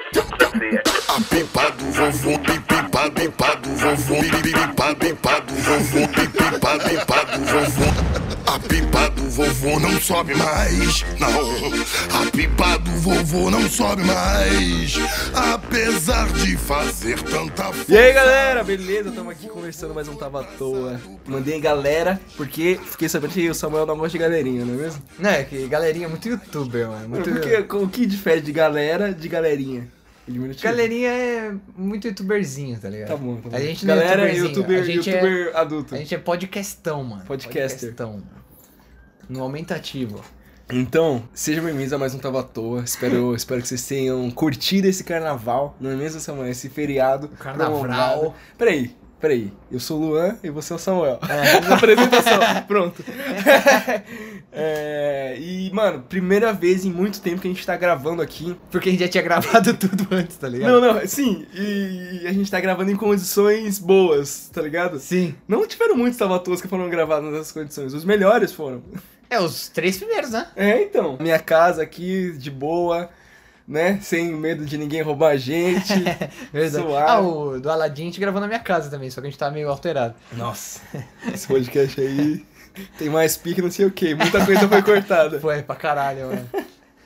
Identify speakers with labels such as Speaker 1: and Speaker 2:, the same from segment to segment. Speaker 1: você.
Speaker 2: A pipa do vovô, pipa, pipa do vovô, pipa, pipa do vovô, pipa, pipa do vovô. A pipa do vovô não sobe mais, não. A pipa do vovô não sobe mais, apesar de fazer tanta força.
Speaker 3: E aí galera, beleza? Estamos aqui conversando mais um Tava à Toa. Mandei galera, porque fiquei sabendo que o Samuel não gosta de galerinha, não é mesmo?
Speaker 4: Né, que galerinha, muito youtuber, mano. Muito...
Speaker 3: Porque com o que difere de galera de galerinha? É Diminutivo.
Speaker 4: Galerinha é muito youtuberzinho, tá ligado?
Speaker 3: Tá bom, tá bom.
Speaker 4: A gente não
Speaker 3: galera
Speaker 4: é youtuberzinho,
Speaker 3: youtuber,
Speaker 4: a gente
Speaker 3: youtuber
Speaker 4: é...
Speaker 3: adulto.
Speaker 4: A gente é podcastão, mano.
Speaker 3: Podcaster.
Speaker 4: Podcastão. No aumentativo.
Speaker 3: Então, sejam bem-vindos a mais um Tava à Toa. Espero, espero que vocês tenham curtido esse carnaval, não é mesmo, Samuel? Esse feriado.
Speaker 4: carnaval.
Speaker 3: prolongado. Peraí, peraí. Eu sou o Luan e você é o Samuel. Apresentação, pronto. É, e, mano, primeira vez em muito tempo que a gente tá gravando aqui.
Speaker 4: Porque a gente já tinha gravado tudo antes, tá ligado?
Speaker 3: Não, não, sim, e a gente tá gravando em condições boas, tá ligado?
Speaker 4: Sim.
Speaker 3: Não tiveram muitos tabatôs que foram gravados nessas condições, os melhores foram.
Speaker 4: É, os três primeiros, né?
Speaker 3: É, então. Minha casa aqui, de boa, né? Sem medo de ninguém roubar a gente. Suave.
Speaker 4: Ah, o do Aladdin a gente gravou na minha casa também, só que a gente tá meio alterado.
Speaker 3: Nossa. Esse podcast aí tem mais pique, não sei o quê. Muita coisa foi cortada.
Speaker 4: Foi pra caralho, mano.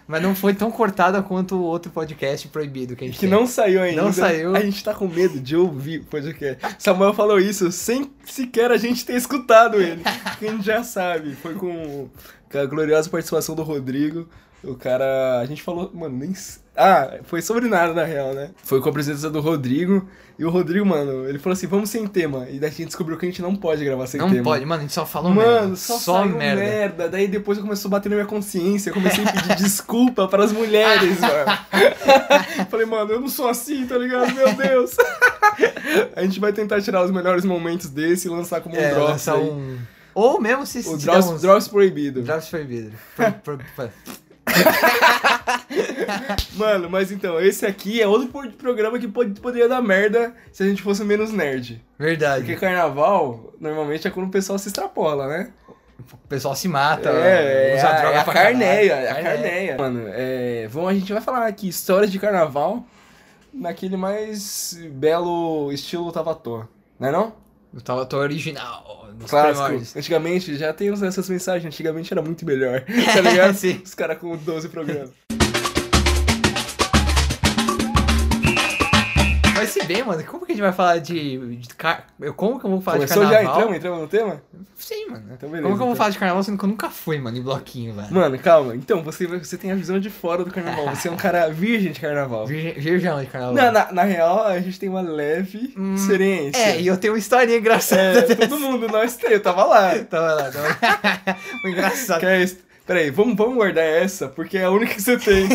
Speaker 4: Mas não foi tão cortada quanto o outro podcast proibido que a gente
Speaker 3: Que
Speaker 4: tem.
Speaker 3: não saiu ainda.
Speaker 4: Não saiu.
Speaker 3: A gente tá com medo de ouvir o podcast. Samuel falou isso sem sequer a gente ter escutado ele. Porque a gente já sabe. Foi com com a gloriosa participação do Rodrigo. O cara. A gente falou. Mano, nem. s- Ah, foi sobre nada na real, né? Foi com a presença do Rodrigo. E o Rodrigo, mano, ele falou assim: vamos sem tema. E daí a gente descobriu que a gente não pode gravar sem
Speaker 4: Não
Speaker 3: tema.
Speaker 4: pode, mano, a gente só falou
Speaker 3: Mano,
Speaker 4: merda.
Speaker 3: só, saiu merda. Daí depois eu começou a bater na minha consciência. Eu comecei a pedir desculpa pras mulheres, mano. Falei, mano, eu não sou assim, tá ligado? Meu Deus. a gente vai tentar tirar os melhores momentos desse e lançar como um
Speaker 4: É,
Speaker 3: drops.
Speaker 4: lançar
Speaker 3: aí.
Speaker 4: um... Ou mesmo se
Speaker 3: O
Speaker 4: se
Speaker 3: drops,
Speaker 4: der um uns-
Speaker 3: drops proibido.
Speaker 4: Drops proibido. Pro- pro- pro-
Speaker 3: Mano, mas então, esse aqui é outro pod- programa que pod- poderia dar merda se a gente fosse menos nerd. Porque
Speaker 4: Verdade.
Speaker 3: carnaval, normalmente, é quando o pessoal se extrapola, né?
Speaker 4: O pessoal se mata,
Speaker 3: É, é,
Speaker 4: usa
Speaker 3: a,
Speaker 4: droga
Speaker 3: é a
Speaker 4: pra
Speaker 3: carneia,
Speaker 4: caralho.
Speaker 3: é a carneia. Mano, é, vamos, a gente vai falar aqui histórias de carnaval naquele mais belo estilo Tavatô, não é não?
Speaker 4: O tal ator original. Dos
Speaker 3: Clássico.
Speaker 4: primórdios.
Speaker 3: Antigamente, já tem essas mensagens, antigamente era muito melhor, tá ligado?
Speaker 4: Sim.
Speaker 3: Os caras com 12 programas.
Speaker 4: Mas se bem, mano, como que a gente vai falar de... de car... eu- Como que eu vou falar
Speaker 3: Começou
Speaker 4: de
Speaker 3: já?
Speaker 4: carnaval?
Speaker 3: Entramos, entramos no tema?
Speaker 4: Sim, mano.
Speaker 3: Então beleza,
Speaker 4: como que eu
Speaker 3: então.
Speaker 4: vou falar de carnaval sendo que eu nunca fui, mano, em bloquinho, velho.
Speaker 3: Mano, calma. Então, você, você tem a visão de fora do carnaval, você é um cara virgem de carnaval.
Speaker 4: Virgem- Virgão de carnaval.
Speaker 3: Na, na, na real, a gente tem uma leve
Speaker 4: Hum,
Speaker 3: experiência.
Speaker 4: É, e eu tenho uma historinha engraçada.
Speaker 3: É, todo mundo, nós três, eu tava lá.
Speaker 4: Tava lá, tava lá. O engraçado.
Speaker 3: Quer esse- é Peraí, vamos, vamos guardar essa, porque é a única que você tem.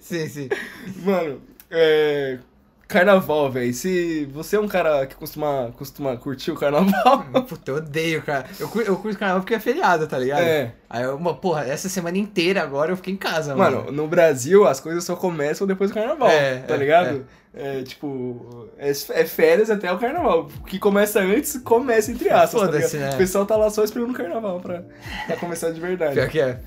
Speaker 4: Sim, sim.
Speaker 3: Mano, é. Carnaval, velho. Se você é um cara que costuma, costuma curtir o carnaval.
Speaker 4: Puta, eu odeio, cara. Eu, cur- eu curto carnaval porque é feriado, tá ligado?
Speaker 3: É.
Speaker 4: Aí eu, uma- porra, essa semana inteira agora eu fiquei em casa, mano.
Speaker 3: Mano, no Brasil as coisas só começam depois do carnaval,
Speaker 4: É,
Speaker 3: tá
Speaker 4: é,
Speaker 3: ligado? É, tipo, é, é férias até o carnaval. O que começa antes, começa entre aspas. Tá
Speaker 4: Foda-se,
Speaker 3: ligado?
Speaker 4: né?
Speaker 3: O pessoal tá lá só esperando o carnaval pra, pra começar de verdade.
Speaker 4: Pior que é.
Speaker 3: tá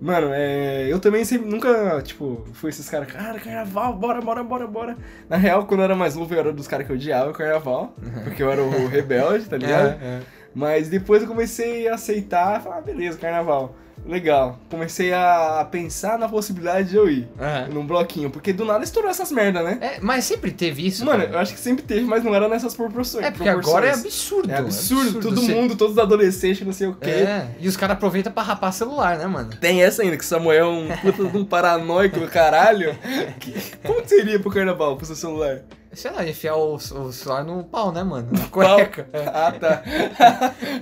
Speaker 3: Mano, é, eu também sempre, nunca, tipo, fui esses caras, cara, carnaval, bora, bora, bora, bora. Na real, quando eu era mais novo, eu era um dos caras que odiava o carnaval, porque eu era o rebelde, tá ligado?
Speaker 4: Uhum. É,
Speaker 3: Mas depois eu comecei a aceitar, falar, ah, beleza, carnaval, legal. Comecei a pensar na possibilidade de eu ir
Speaker 4: é. Uhum.
Speaker 3: num bloquinho, porque do nada estourou essas merda, né?
Speaker 4: É, mas sempre teve isso.
Speaker 3: Mano,
Speaker 4: cara.
Speaker 3: eu acho que sempre teve, mas não era nessas proporções.
Speaker 4: É porque agora é
Speaker 3: proporções.
Speaker 4: absurdo.
Speaker 3: É absurdo, todo
Speaker 4: você-
Speaker 3: mundo, todos os adolescentes, não sei o quê.
Speaker 4: É, e os caras aproveitam pra rapar celular, né, mano?
Speaker 3: Tem essa ainda, que o Samuel é um puta de um paranoico do caralho. Que- Como que seria pro carnaval, pro seu celular?
Speaker 4: Sei lá, enfiar o, o celular no pau, né, mano? Na cueca.
Speaker 3: Pau? Ah, tá.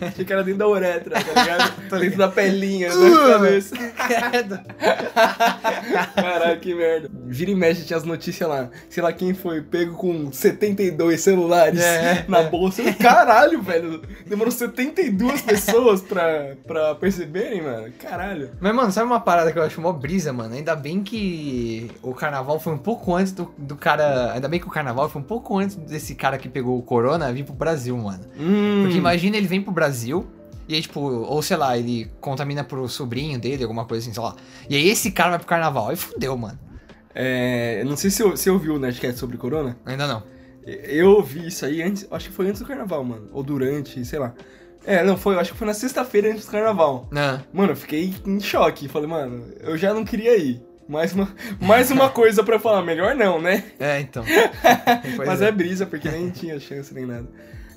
Speaker 3: Achei que era dentro da uretra, tá ligado? dentro da pelinha, né? Tá
Speaker 4: Uh!
Speaker 3: da cabeça.
Speaker 4: Credo.
Speaker 3: Caralho, que merda. Vira e mexe, tinha as notícias lá. Sei lá quem foi pego com 72 celulares
Speaker 4: É,
Speaker 3: na
Speaker 4: é.
Speaker 3: bolsa. Caralho, velho. Demorou 72 pessoas pra, pra perceberem, mano. Caralho.
Speaker 4: Mas, mano, sabe uma parada que eu acho mó brisa, mano? Ainda bem que o carnaval foi um pouco antes do, do cara. Ainda bem que o carnaval foi um pouco antes desse cara que pegou o corona vir pro Brasil, mano.
Speaker 3: Hum.
Speaker 4: Porque imagina ele vem pro Brasil. E aí, tipo, ou sei lá, ele contamina pro sobrinho dele, alguma coisa assim, sei lá. E aí esse cara vai pro carnaval. Aí fudeu, mano.
Speaker 3: É, não sei se eu- você ouviu o Nerdcast sobre Corona.
Speaker 4: Ainda não.
Speaker 3: Eu ouvi isso aí antes, acho que foi antes do carnaval, mano. Ou durante, sei lá. É, não, foi, acho que foi na sexta-feira antes do carnaval.
Speaker 4: Não.
Speaker 3: Mano, eu fiquei em choque. Falei, mano, eu já não queria ir. Mais uma, mais uma coisa pra eu falar, melhor não, né?
Speaker 4: É, então. Pois
Speaker 3: mas é. brisa, porque nem tinha chance nem nada.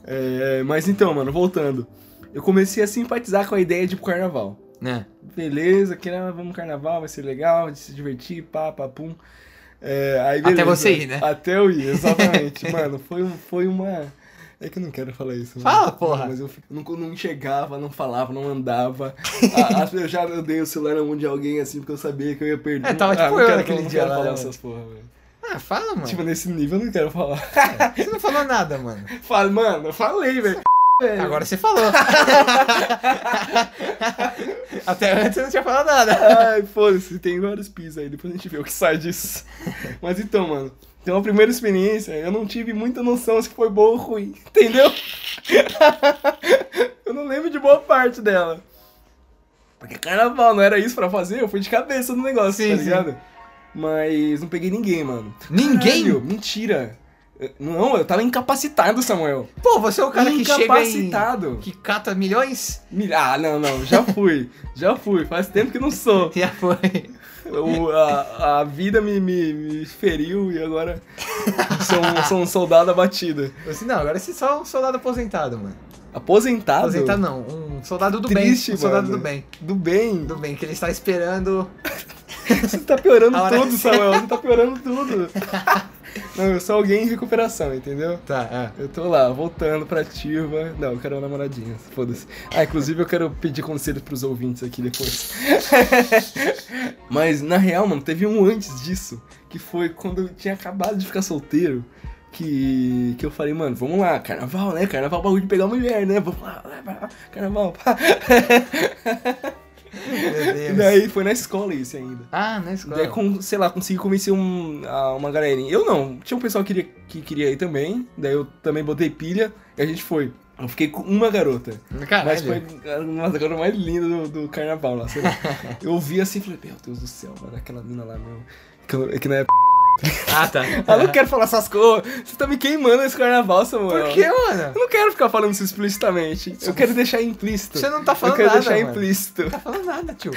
Speaker 3: É, mas então, mano, voltando. Eu comecei a simpatizar com a ideia de ir pro carnaval.
Speaker 4: Né?
Speaker 3: Beleza, que né, vamos pro carnaval, vai ser legal, de se divertir, pá, pá, pum. É, aí
Speaker 4: Até
Speaker 3: beleza.
Speaker 4: você ir, né?
Speaker 3: Até eu ir, exatamente. mano, foi, um- foi uma. É que eu não quero falar isso. mano.
Speaker 4: Fala, porra.
Speaker 3: Mas eu fi- não, não chegava, não falava, não andava. A- as- eu já eu dei o celular na mão de alguém assim, porque eu sabia que eu ia perder.
Speaker 4: É, tava
Speaker 3: Ah,
Speaker 4: tipo
Speaker 3: não
Speaker 4: eu
Speaker 3: quero-
Speaker 4: naquele
Speaker 3: não
Speaker 4: dia
Speaker 3: quero
Speaker 4: lá,
Speaker 3: falar
Speaker 4: né?
Speaker 3: essas porra, velho.
Speaker 4: Ah, fala, mano.
Speaker 3: Tipo, nesse nível eu não quero falar.
Speaker 4: Você não falou nada, mano.
Speaker 3: Fala, mano, eu falei, velho. velho.
Speaker 4: Agora você falou. Até antes eu não tinha falado nada.
Speaker 3: Ai, foda-se, tem vários pis aí, depois a gente vê o que sai disso. Mas então, mano, então a primeira experiência, eu não tive muita noção se foi boa ou ruim, entendeu? eu não lembro de boa parte dela. Porque carnaval, não era isso pra fazer, eu fui de cabeça no negócio,
Speaker 4: Sim,
Speaker 3: tá
Speaker 4: sim.
Speaker 3: ligado? Mas não peguei ninguém, mano.
Speaker 4: Ninguém?
Speaker 3: Caralho, mentira. Eu- Não, eu tava incapacitado, Samuel.
Speaker 4: Pô, você é o cara que chega em...
Speaker 3: Incapacitado.
Speaker 4: Que cata milhões?
Speaker 3: Me- Ah, não, não, já fui. já fui, faz tempo que não sou.
Speaker 4: Já foi.
Speaker 3: O- a, a vida me, me, me feriu e agora sou um, sou um soldado abatido.
Speaker 4: Você, não, agora você é só um soldado aposentado, mano.
Speaker 3: Aposentado?
Speaker 4: Aposentado não, um soldado do
Speaker 3: Triste,
Speaker 4: bem. Um soldado
Speaker 3: mano.
Speaker 4: do bem.
Speaker 3: Do bem.
Speaker 4: Do bem, que ele está esperando...
Speaker 3: Você tá piorando
Speaker 4: A hora
Speaker 3: tudo,
Speaker 4: que-
Speaker 3: Samuel. Você tá piorando tudo. Não, eu sou alguém em recuperação, entendeu?
Speaker 4: Tá, é.
Speaker 3: Eu tô lá, voltando pra ativa. Não, eu quero uma namoradinha, foda-se. Ah, inclusive eu quero pedir conselho pros ouvintes aqui depois. Mas, na real, mano, teve um antes disso, que foi quando eu tinha acabado de ficar solteiro, que, que eu falei, mano, vamos lá, carnaval, né? Carnaval é o bagulho de pegar mulher, né? Vamos lá, lá, lá, carnaval, pá.
Speaker 4: Meu
Speaker 3: E
Speaker 4: Deus.
Speaker 3: daí foi na escola isso ainda.
Speaker 4: Ah, na
Speaker 3: E Daí, é
Speaker 4: escola.
Speaker 3: com, sei lá, consegui convencer um, a- uma galerinha. Eu não, tinha um pessoal que queria, que queria ir também. Daí eu também botei pilha e a gente foi. Eu fiquei com uma garota.
Speaker 4: Caralho.
Speaker 3: Mas foi uma das garotas mais lindas do, do carnaval lá, sei lá. Eu vi assim e falei, meu Deus do céu, mano, aquela mina lá, meu. Que, eu- que na época.
Speaker 4: Ah, tá.
Speaker 3: Eu não quero falar essas coisas. Você tá me queimando esse carnaval, Samuel.
Speaker 4: Por que, mano?
Speaker 3: Eu não quero ficar falando isso explicitamente. Eu quero deixar implícito.
Speaker 4: Você não tá falando
Speaker 3: Eu quero
Speaker 4: nada,
Speaker 3: deixar
Speaker 4: mano.
Speaker 3: implícito.
Speaker 4: Não tá falando nada, tio.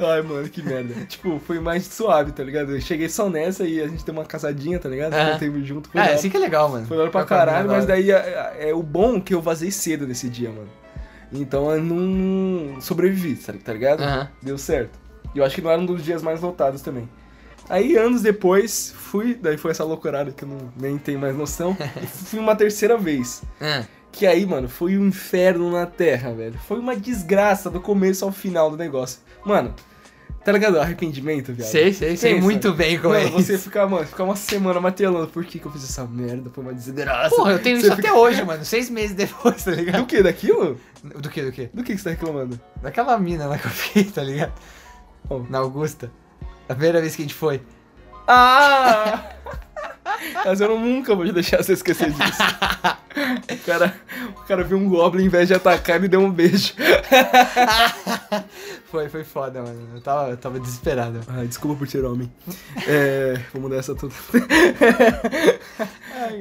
Speaker 3: Ai, mano, que merda. tipo, foi mais suave, tá ligado? Eu cheguei só nessa e a gente deu uma casadinha, tá ligado?
Speaker 4: Aham.
Speaker 3: Ficou um tempo junto. Foi,
Speaker 4: Ah,
Speaker 3: da-
Speaker 4: é assim que é legal, mano.
Speaker 3: foi da hora pra
Speaker 4: Ficar com a
Speaker 3: caralho,
Speaker 4: mina
Speaker 3: mas
Speaker 4: da hora.
Speaker 3: daí é, é o bom é que eu vazei cedo nesse dia, mano. Então eu não sobrevivi, sabe, tá ligado?
Speaker 4: Aham.
Speaker 3: Deu certo. E eu acho que não era um dos dias mais lotados também. Aí, anos depois, fui, daí foi essa loucurada que eu não, nem tenho mais noção, e fui uma terceira vez.
Speaker 4: Ah,
Speaker 3: Que aí, mano, foi um inferno na Terra, velho. Foi uma desgraça do começo ao final do negócio. Mano, tá ligado? Arrependimento, viado.
Speaker 4: Sei, sei, sei
Speaker 3: Pensa.
Speaker 4: muito bem como
Speaker 3: Mano,
Speaker 4: é
Speaker 3: você
Speaker 4: isso.
Speaker 3: ficar, mano, ficar uma semana martelando. Por que, que eu fiz essa merda? Foi uma desgraça.
Speaker 4: Porra, eu tenho
Speaker 3: Você
Speaker 4: isso
Speaker 3: fica-
Speaker 4: até hoje, mano. Seis meses depois, tá ligado?
Speaker 3: Do que? Daquilo?
Speaker 4: Do que, do que?
Speaker 3: Do que, que você tá reclamando?
Speaker 4: Daquela mina lá que eu fiquei, tá ligado?
Speaker 3: Qual?
Speaker 4: Na Augusta. A primeira vez que a gente foi.
Speaker 3: Ah! Mas eu nunca vou deixar você esquecer disso. O cara, o cara viu um Goblin, ao invés de atacar, ele deu um beijo.
Speaker 4: Foi, foi foda, mano. Eu tava, eu tava desesperado.
Speaker 3: Ai, desculpa por ser homem. É, vou mudar essa toda.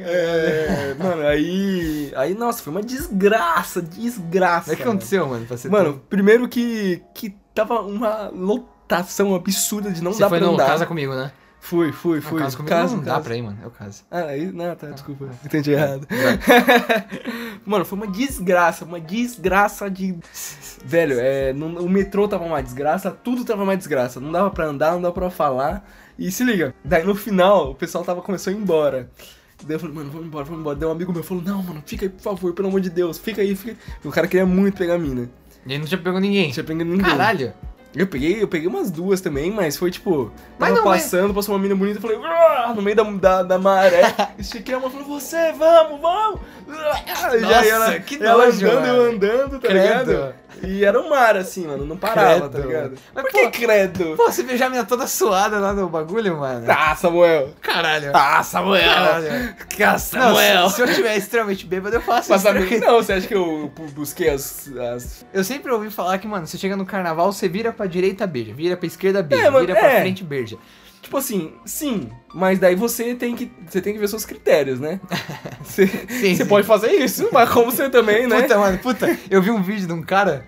Speaker 3: É, mano, aí. Aí, nossa, foi uma desgraça, desgraça.
Speaker 4: Mas O É que
Speaker 3: mano.
Speaker 4: aconteceu, mano? Pra você
Speaker 3: Mano, primeiro que, que tava uma lotação absurda de não
Speaker 4: ter- você
Speaker 3: dar
Speaker 4: foi
Speaker 3: pra
Speaker 4: no
Speaker 3: andar.
Speaker 4: Casa Comigo, né?
Speaker 3: Fui, fui,
Speaker 4: Ah,
Speaker 3: fui.
Speaker 4: casa Comigo não dá pra ir, mano. É o caso.
Speaker 3: Ah, aí, não, tá, desculpa, entendi errado. Mano, foi uma desgraça, uma desgraça de... Velho, é, não- o metrô tava uma desgraça, tudo tava uma desgraça. Não dava pra andar, não dava pra falar. E se liga, daí no final, o pessoal tava, começou a ir embora. Daí eu falei, mano, vamos embora, vamos embora. Daí um amigo meu falou, não, mano, fica aí, por favor, pelo amor de Deus, fica aí, fica aí. O cara queria muito pegar a mina.
Speaker 4: E aí não tinha pegou ninguém.
Speaker 3: Não tinha pegado ninguém.
Speaker 4: Caralho.
Speaker 3: Eu peguei, eu peguei umas duas também, mas foi tipo.
Speaker 4: Mas
Speaker 3: Tava
Speaker 4: não, é. mas-
Speaker 3: passando, passou uma mina bonita e falei. "Uah!" No meio da, da, da maré. Estiquei a mão e falei, você, vamos, vamos! Uah! E
Speaker 4: Nossa,
Speaker 3: aí ela,
Speaker 4: que
Speaker 3: ela
Speaker 4: nojo,
Speaker 3: andando, eu
Speaker 4: mano.
Speaker 3: andando, tá
Speaker 4: Credo.
Speaker 3: ligado? E era um mar assim, mano, não parava, tá
Speaker 4: Credo.
Speaker 3: ligado?
Speaker 4: Mas,
Speaker 3: Por que
Speaker 4: pô-
Speaker 3: credo?
Speaker 4: Pô, você beijou a mina toda suada lá no bagulho, mano.
Speaker 3: Ah, Samuel!
Speaker 4: Caralho.
Speaker 3: Ah, Samuel!
Speaker 4: Caralho.
Speaker 3: Ah,
Speaker 4: Não,
Speaker 3: Samuel!
Speaker 4: se, se eu tiver extremamente bêbado, eu faço
Speaker 3: Mas
Speaker 4: isso.
Speaker 3: a mim,
Speaker 4: tranquilo.
Speaker 3: não, você acha que eu bu- busquei as. as...
Speaker 4: Eu sempre ouvi falar que, mano, você chega no carnaval, você vira pra direita, beija. Vira pra esquerda, beija.
Speaker 3: É, mano,
Speaker 4: vira pra
Speaker 3: é.
Speaker 4: frente, beija.
Speaker 3: Tipo assim, sim, mas daí você tem que, você tem que ver seus critérios, né? Você,
Speaker 4: Sim,
Speaker 3: você
Speaker 4: sim.
Speaker 3: pode fazer isso, mas como você também, né?
Speaker 4: Puta, mano, puta. Eu vi um vídeo de um cara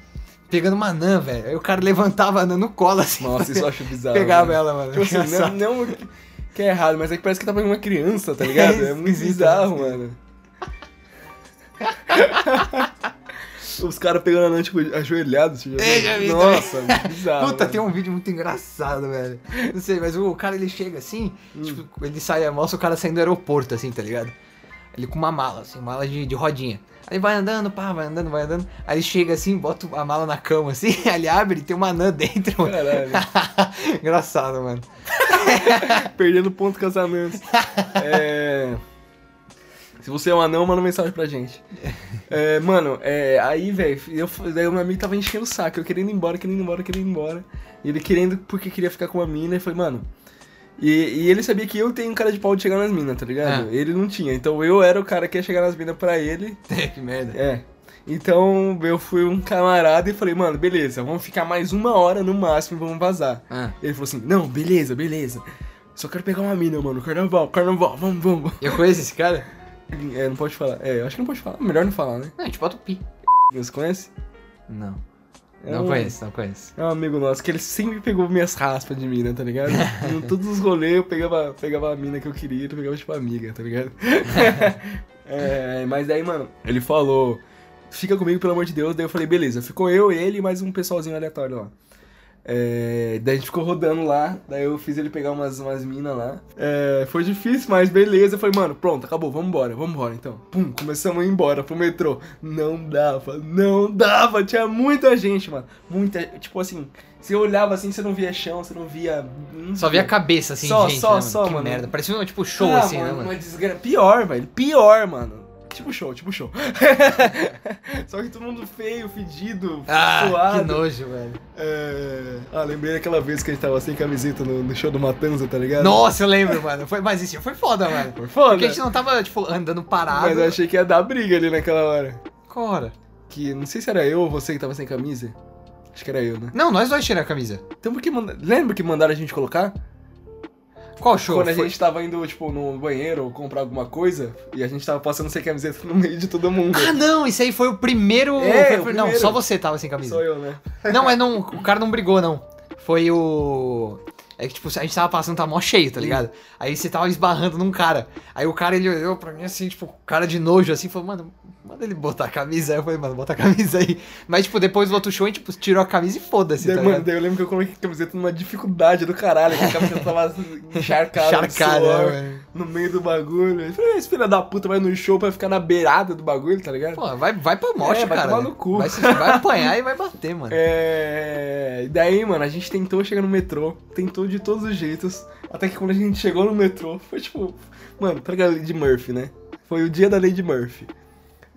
Speaker 4: pegando uma anã, velho. Aí o cara levantava a anã no colo, assim.
Speaker 3: Nossa, isso eu acho bizarro.
Speaker 4: Pegava
Speaker 3: né?
Speaker 4: ela, mano.
Speaker 3: Tipo assim, não,
Speaker 4: Engraçado.
Speaker 3: não que é errado, mas é que parece que tá pegando uma criança, tá ligado? É, muito
Speaker 4: esquisito,
Speaker 3: bizarro, mano. Os caras pegando a mão, tipo, ajoelhados. Tipo,
Speaker 4: É, já vi
Speaker 3: Nossa, bizarro.
Speaker 4: Puta,
Speaker 3: mano.
Speaker 4: tem um vídeo muito engraçado, velho. Não sei, mas o cara ele chega assim,
Speaker 3: Hum.
Speaker 4: tipo, ele sai, mostra o cara saindo do aeroporto, assim, tá ligado? Ele com uma mala, assim, mala de, de rodinha. Aí vai andando, pá, vai andando, vai andando. Aí ele chega assim, bota a mala na cama, assim, aí ele abre e tem uma anã dentro, mano.
Speaker 3: Caralho.
Speaker 4: engraçado, mano.
Speaker 3: Perdendo ponto casamento. É, Se você é um anão, manda mensagem pra gente. É, mano, é, aí, velho, eu, daí o meu amigo tava enchendo o saco, eu querendo ir embora, querendo ir embora, querendo ir embora. E ele querendo, porque queria ficar com a mina, e foi, mano. E, e ele sabia que eu tenho um cara de pau de chegar nas minas, tá ligado?
Speaker 4: Ah.
Speaker 3: Ele não tinha, então eu era o cara que ia chegar nas minas pra ele.
Speaker 4: que merda.
Speaker 3: É. Então eu fui um camarada e falei, mano, beleza, vamos ficar mais uma hora no máximo e vamos vazar.
Speaker 4: Ah.
Speaker 3: Ele falou assim: Não, beleza, beleza. Só quero pegar uma mina, mano. Carnaval, carnaval, vamos, vamos.
Speaker 4: Eu conheço esse cara?
Speaker 3: vamos. É, não pode falar. É, eu acho que não pode falar. Melhor não falar, né?
Speaker 4: Não, a gente bota o pi.
Speaker 3: Você conhece?
Speaker 4: Não.
Speaker 3: É
Speaker 4: Não
Speaker 3: um-
Speaker 4: conheço, não conheço.
Speaker 3: É um amigo nosso que ele sempre pegou minhas raspas de mina, tá ligado? em todos os rolês eu pegava, pegava a mina que eu queria, eu pegava tipo amiga, tá ligado? É, mas daí, mano, ele falou: Fica comigo, pelo amor de Deus. Daí eu falei: Beleza, ficou eu, ele e mais um pessoalzinho aleatório lá. É, daí a gente ficou rodando lá, daí eu fiz ele pegar umas, umas minas lá. É, foi difícil, mas beleza. Eu falei, mano, pronto, acabou, vambora, vambora então. Pum, começamos a ir embora pro metrô. Não dava, não dava, tinha muita gente, mano. Muita, tipo assim, você olhava assim, você não via chão, você não via. não
Speaker 4: Só vi a cabeça, assim,
Speaker 3: Só,
Speaker 4: gente.
Speaker 3: só,
Speaker 4: né, mano?
Speaker 3: só,
Speaker 4: que
Speaker 3: mano.
Speaker 4: merda. Parecia um, tipo, show,
Speaker 3: Ah,
Speaker 4: assim,
Speaker 3: mano,
Speaker 4: né,
Speaker 3: uma
Speaker 4: mano?
Speaker 3: desgra- Pior, velho. Pior, mano. Tipo show, tipo show. Só que todo mundo feio, fedido,
Speaker 4: Ah, que
Speaker 3: suado.
Speaker 4: nojo, velho.
Speaker 3: É... Ah, lembrei daquela vez que a gente tava sem camiseta no, no show do Matanza, tá ligado?
Speaker 4: Nossa, eu lembro, mano. Foi, mas isso foi foda, mano.
Speaker 3: Foi foda.
Speaker 4: Porque a gente não tava, tipo, andando parado.
Speaker 3: Mas eu achei que ia dar briga ali naquela hora.
Speaker 4: Cora.
Speaker 3: Que não sei se era eu ou você que tava sem camisa. Acho que era eu, né?
Speaker 4: Não, nós dois tiramos a camisa.
Speaker 3: Então por que manda... Lembra que mandaram a gente colocar?
Speaker 4: Qual show?
Speaker 3: Quando a
Speaker 4: foi?
Speaker 3: gente tava indo, tipo, no banheiro ou comprar alguma coisa e a gente tava passando sem camiseta no meio de todo mundo.
Speaker 4: Ah, não, isso aí foi o primeiro.
Speaker 3: É,
Speaker 4: foi-
Speaker 3: o
Speaker 4: foi- Não,
Speaker 3: primeiro.
Speaker 4: só você tava sem camisa.
Speaker 3: Sou eu, né?
Speaker 4: Não, mas não, o cara não brigou, não. Foi o. É que, tipo, a gente tava passando, tava mó cheio, tá ligado? Aí você tava esbarrando num cara. Aí o cara, ele olhou pra mim assim, tipo, cara de nojo, assim, falou, mano, manda ele botar a camisa. Aí eu falei, mano, bota a camisa aí. Mas, tipo, depois do outro show, a gente tipo, tirou a camisa e foda-se,
Speaker 3: Daí,
Speaker 4: tá
Speaker 3: mano,
Speaker 4: ligado?
Speaker 3: daí eu lembro que eu coloquei a camiseta numa dificuldade do caralho, que a camiseta tava encharcada, de
Speaker 4: Encharcada,
Speaker 3: suor,
Speaker 4: né, mano?
Speaker 3: no meio do bagulho. Eu falei, "Ah, esse filho da puta vai no show pra ficar na beirada do bagulho, tá ligado?
Speaker 4: Pô, vai, vai pra morte,
Speaker 3: É, vai
Speaker 4: cara.
Speaker 3: tomar no cu.
Speaker 4: Vai, se- vai apanhar e vai bater, mano.
Speaker 3: É... e Daí, mano, a gente tentou chegar no metrô, tentou de todos os jeitos, até que quando a gente chegou no metrô, foi tipo... Mano, tá ligado a Lady Murphy, né? Foi o dia da Lady Murphy.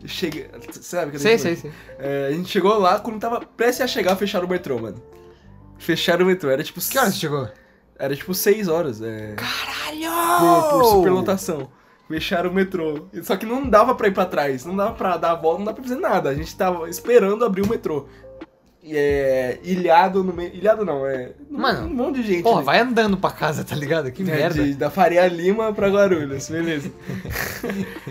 Speaker 3: Chega... Sabe que a Lady
Speaker 4: Sei,
Speaker 3: Murphy?
Speaker 4: sei, sei.
Speaker 3: É, a gente chegou lá, quando tava prestes a chegar, fecharam o metrô, mano. Fecharam o metrô, era tipo...
Speaker 4: Que horas você chegou?
Speaker 3: Era tipo 6 horas, é...
Speaker 4: Caralho!
Speaker 3: por, por superlotação. Fecharam o metrô. E- Só que não dava pra ir pra trás, não dava pra dar a volta, não dava pra fazer nada. A gente tava esperando abrir o metrô. E é. Ilhado no meio. Ilhado não, é. num-
Speaker 4: Mano,
Speaker 3: um monte de gente.
Speaker 4: Porra,
Speaker 3: né?
Speaker 4: vai andando pra casa, tá ligado? Que
Speaker 3: Né,
Speaker 4: merda.
Speaker 3: de- da Faria Lima pra Guarulhos, beleza.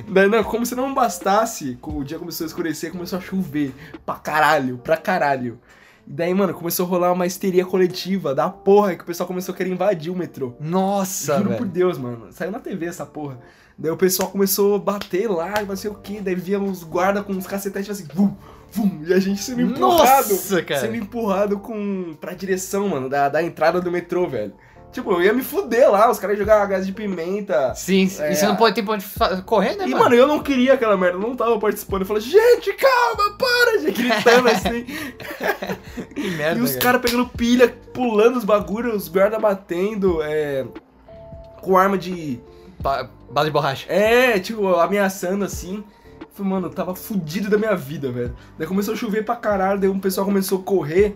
Speaker 3: Daí, não, como se não bastasse, co- o dia começou a escurecer, começou a chover. Pra caralho, pra caralho. E daí, mano, começou a rolar uma histeria coletiva da porra que o pessoal começou a querer invadir o metrô.
Speaker 4: Nossa,
Speaker 3: Juro por
Speaker 4: velho.
Speaker 3: Deus, mano. Saiu na TV essa porra. Daí o pessoal começou a bater lá, não sei o que. Daí via uns guarda com uns cacetetes assim, vum, vum. E a gente sendo empurrado.
Speaker 4: Nossa, cara.
Speaker 3: Sendo empurrado com, pra direção, mano, da, da entrada do metrô, velho. Tipo, eu ia me fuder lá, os caras jogavam gás de pimenta.
Speaker 4: Sim, sim.
Speaker 3: É.
Speaker 4: e você não pode ter pra onde fa- correr, né,
Speaker 3: E,
Speaker 4: mano?
Speaker 3: mano, eu não queria aquela merda, eu não tava participando. Eu falei, gente, calma, para, gente, gritando assim.
Speaker 4: Que merda,
Speaker 3: E os caras pegando pilha, pulando os bagulhos, os guarda batendo, é. Com arma de.
Speaker 4: Ba bala de borracha.
Speaker 3: É, tipo, ameaçando assim. Falei, mano, eu tava fudido da minha vida, velho. Daí começou a chover pra caralho, daí um pessoal começou a correr